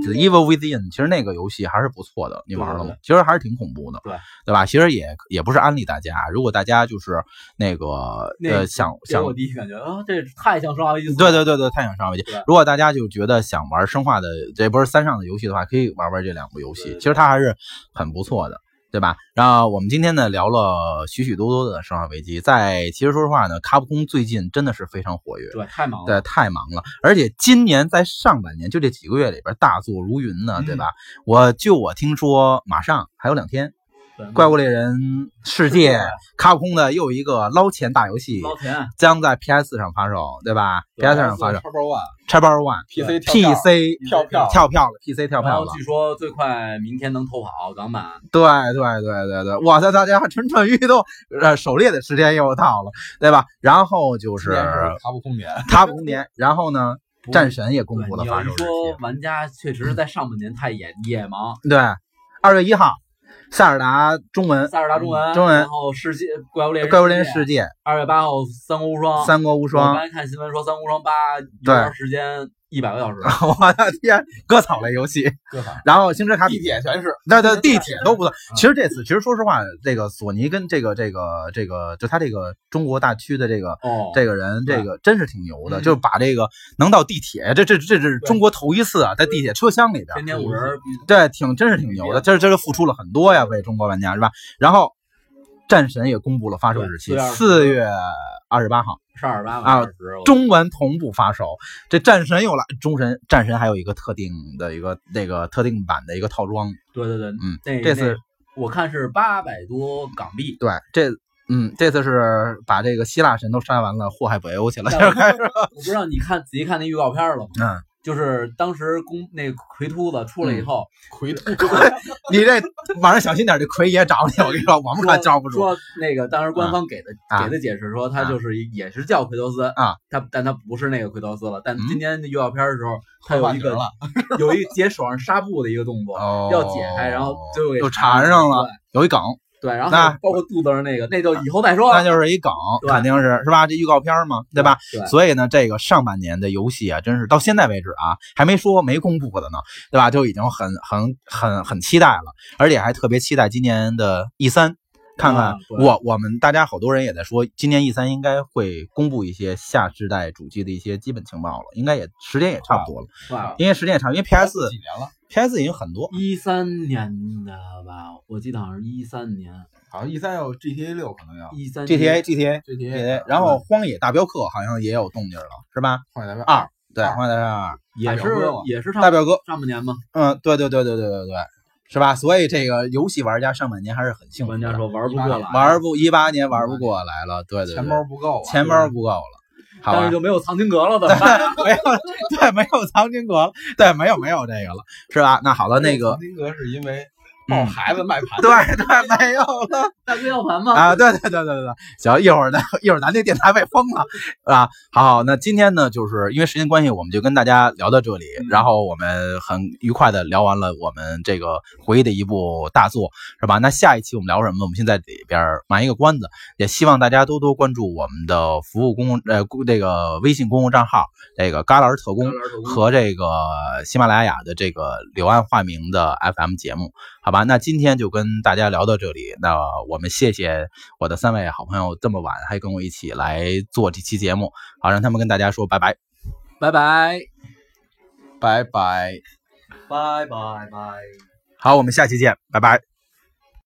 Speaker 2: 《The Evil Within》，其实那个游戏还是不错的，你玩了吗
Speaker 4: 对对对？
Speaker 2: 其实还是挺恐怖的，
Speaker 4: 对
Speaker 2: 对吧？其实也也不是安利大家，如果大家就是那个
Speaker 4: 那
Speaker 2: 呃想
Speaker 4: 给
Speaker 2: 想
Speaker 4: 我第一感觉啊，这太像生化危机四了。
Speaker 2: 对对对对，太想上危机
Speaker 4: 对。
Speaker 2: 如果大家就觉得想玩生化的这不是三上的游戏的话，可以玩玩这两部游
Speaker 4: 对
Speaker 2: 戏，
Speaker 4: 对
Speaker 2: 其实它还是很不错的，对吧？然后我们今天呢聊了许许多多的生化危机，在其实说实话呢，卡普空最近真的是非常活跃。
Speaker 4: 对，太忙了。
Speaker 2: 对，太忙了，而且今年在上半年就这几个月里边大作如云呢，对吧？
Speaker 4: 嗯
Speaker 2: 我就我听说，马上还有两天，
Speaker 4: 对
Speaker 2: 《怪物猎人世界
Speaker 4: 对》
Speaker 2: 卡普空的又一个捞钱大游戏
Speaker 4: 啊捞钱，
Speaker 2: 将在 PS 上发售，对吧
Speaker 4: 对
Speaker 2: ？PS 上发售
Speaker 3: Triple，One
Speaker 2: 叉 b One
Speaker 3: PC 跳票跳票
Speaker 2: PC 跳票了，PC 跳
Speaker 4: 然
Speaker 2: 票
Speaker 4: 后
Speaker 2: 了，
Speaker 4: 据说最快明天能投跑港版，
Speaker 2: 对对对对对，哇塞，大家蠢蠢欲动，呃，狩猎的时间又到了，对吧？然后就
Speaker 3: 今
Speaker 2: 是
Speaker 3: 年是卡普空年，
Speaker 2: 卡普空年，然后呢，
Speaker 4: 不
Speaker 2: 战神也公
Speaker 4: 对，
Speaker 2: 布了
Speaker 4: 你
Speaker 2: 发
Speaker 4: 要一
Speaker 2: 售日
Speaker 4: 说
Speaker 2: 期，
Speaker 4: 玩家确实在上半年太野野忙，
Speaker 2: 对，二月一号，塞尔达中文，
Speaker 4: 塞尔达中文，
Speaker 2: 嗯
Speaker 4: 哦
Speaker 2: 中文
Speaker 4: 然后世界怪物猎人，
Speaker 2: 怪物猎人世界，
Speaker 4: 二月八号三国无双，
Speaker 2: 三国无
Speaker 4: 我
Speaker 2: 双
Speaker 4: 刚，才看新闻说三国无双八游玩时间一百个小时，
Speaker 2: 我的天，割草类游戏，
Speaker 3: 各 方
Speaker 2: 然后星之卡比
Speaker 3: 地铁全是。
Speaker 2: 那那地铁都不算。其实这次，其实说实话，这个索尼跟这个这个这个，就他这个中国大区的这个
Speaker 4: 哦，
Speaker 2: 这个人，这个真是挺牛的，
Speaker 3: 嗯
Speaker 2: 就是把这个能到地铁，这这这是中国头一次啊，在地铁车厢里边
Speaker 4: 天，天五人儿，
Speaker 2: 对，挺真是挺牛的，这这是付出了很多呀，为中国玩家是吧？然后。战神也公布了发售日期
Speaker 4: 对，4
Speaker 2: 四月二十八号。
Speaker 4: 是二十八
Speaker 2: 啊
Speaker 4: 吧？20
Speaker 2: 中文同步发售。这战神又来，中神战神还有一个特定的一个那个特定版的一个套装，
Speaker 4: 对对对，
Speaker 2: 嗯，
Speaker 4: 那
Speaker 2: 这次
Speaker 4: 那我看是八百多港币。
Speaker 2: 对这。嗯，这次是把这个希腊神都杀完了，祸害北欧去了。
Speaker 4: 但我我不知道你看仔细看那预告片了吗？
Speaker 2: 啊嗯，
Speaker 4: 就是当时公那奎秃子出来以后，
Speaker 3: 奎特
Speaker 2: 你这晚上小心点，这奎爷找你，我跟你说，我们可罩不住。
Speaker 4: 说那个当时官方给的、
Speaker 2: 啊
Speaker 4: 给的解释说，他
Speaker 2: 啊
Speaker 4: 就是也是叫奎托斯
Speaker 2: 啊，
Speaker 4: 他但他不是那个奎托斯了。但
Speaker 2: 嗯
Speaker 4: 今天的预告片的时候，他有一个
Speaker 2: 换了，
Speaker 4: 有一解手上纱布的一个动作，
Speaker 2: 哦
Speaker 4: 要解开，然后最后给
Speaker 2: 又缠上了，有一梗，
Speaker 4: 对。对，然后
Speaker 2: 那
Speaker 4: 包括肚子上那个，那就以后再说
Speaker 2: 那
Speaker 4: 吧。
Speaker 2: 就是一梗，
Speaker 4: 对
Speaker 2: 肯定是是吧？这预告片嘛，对吧？
Speaker 4: 对
Speaker 2: 所以呢，这个上半年的游戏啊，真是到现在为止啊，还没说没公布的呢，对吧？就已经很很很很期待了，而且还特别期待今年的 E 三，看看、
Speaker 4: 啊对
Speaker 2: 我我们大家好多人也在说，今年 E 三应该会公布一些下世代主机的一些基本情报了，应该也时间也差不多了，
Speaker 4: 哇，
Speaker 2: 因为时间也差，因为 PS
Speaker 3: 几年了？
Speaker 2: PS 已经很多，
Speaker 4: 一三年的吧，我记得好像是一三年，
Speaker 3: 好像 E 三要 GTA 六可能要
Speaker 4: 一三
Speaker 2: GTA
Speaker 3: GTA，
Speaker 2: GTA GTA，然
Speaker 4: 嗯
Speaker 2: 后《荒野大镖客》好像也有动静了，是吧？
Speaker 3: 换下来吧
Speaker 2: 二对，
Speaker 4: 啊
Speaker 3: 二
Speaker 2: 《荒野大镖客二》
Speaker 3: 大
Speaker 4: 也是
Speaker 3: 表哥嘛
Speaker 4: 也是上
Speaker 2: 大表哥，
Speaker 4: 上半年嘛。
Speaker 2: 嗯，对对对对对对对，是吧？所以这个游戏玩家上半年还是很幸福
Speaker 4: 玩家
Speaker 2: 的，
Speaker 4: 说玩不
Speaker 3: 一八
Speaker 4: 过
Speaker 3: 年
Speaker 4: 来，
Speaker 2: 玩不一八年玩不过来了，对对对，
Speaker 3: 钱包不够啊，
Speaker 2: 钱包不够了，好
Speaker 4: 但
Speaker 2: 吧
Speaker 4: 是？就没有藏经阁了，怎么办？
Speaker 2: 没有 对，没有藏经阁了，对，没有没有这个了，是吧？那好了，那个
Speaker 3: 曾经阁是因为抱孩子卖盘，
Speaker 2: 对对没有了
Speaker 4: 大哥要盘吗？
Speaker 2: 啊，对对对对对，行，一会儿呢，一会儿咱这电台被封了啊。好好，那今天呢，就是因为时间关系，我们就跟大家聊到这里，然后我们很愉快的聊完了我们这个回忆的一部大作，是吧？那下一期我们聊什么？我们先在里边儿埋一个关子，也希望大家多多关注我们的服务公共呃公这个微信公共账号这个旮旯儿特工。和这个喜马拉雅的这个柳暗花明的 FM 节目，好吧？那今天就跟大家聊到这里，那我们谢谢我的三位好朋友这么晚还跟我一起来做这期节目，好，让他们跟大家说拜拜。
Speaker 4: 拜拜。
Speaker 3: 拜拜。
Speaker 5: 拜拜拜。
Speaker 2: 好，我们下期见，拜拜。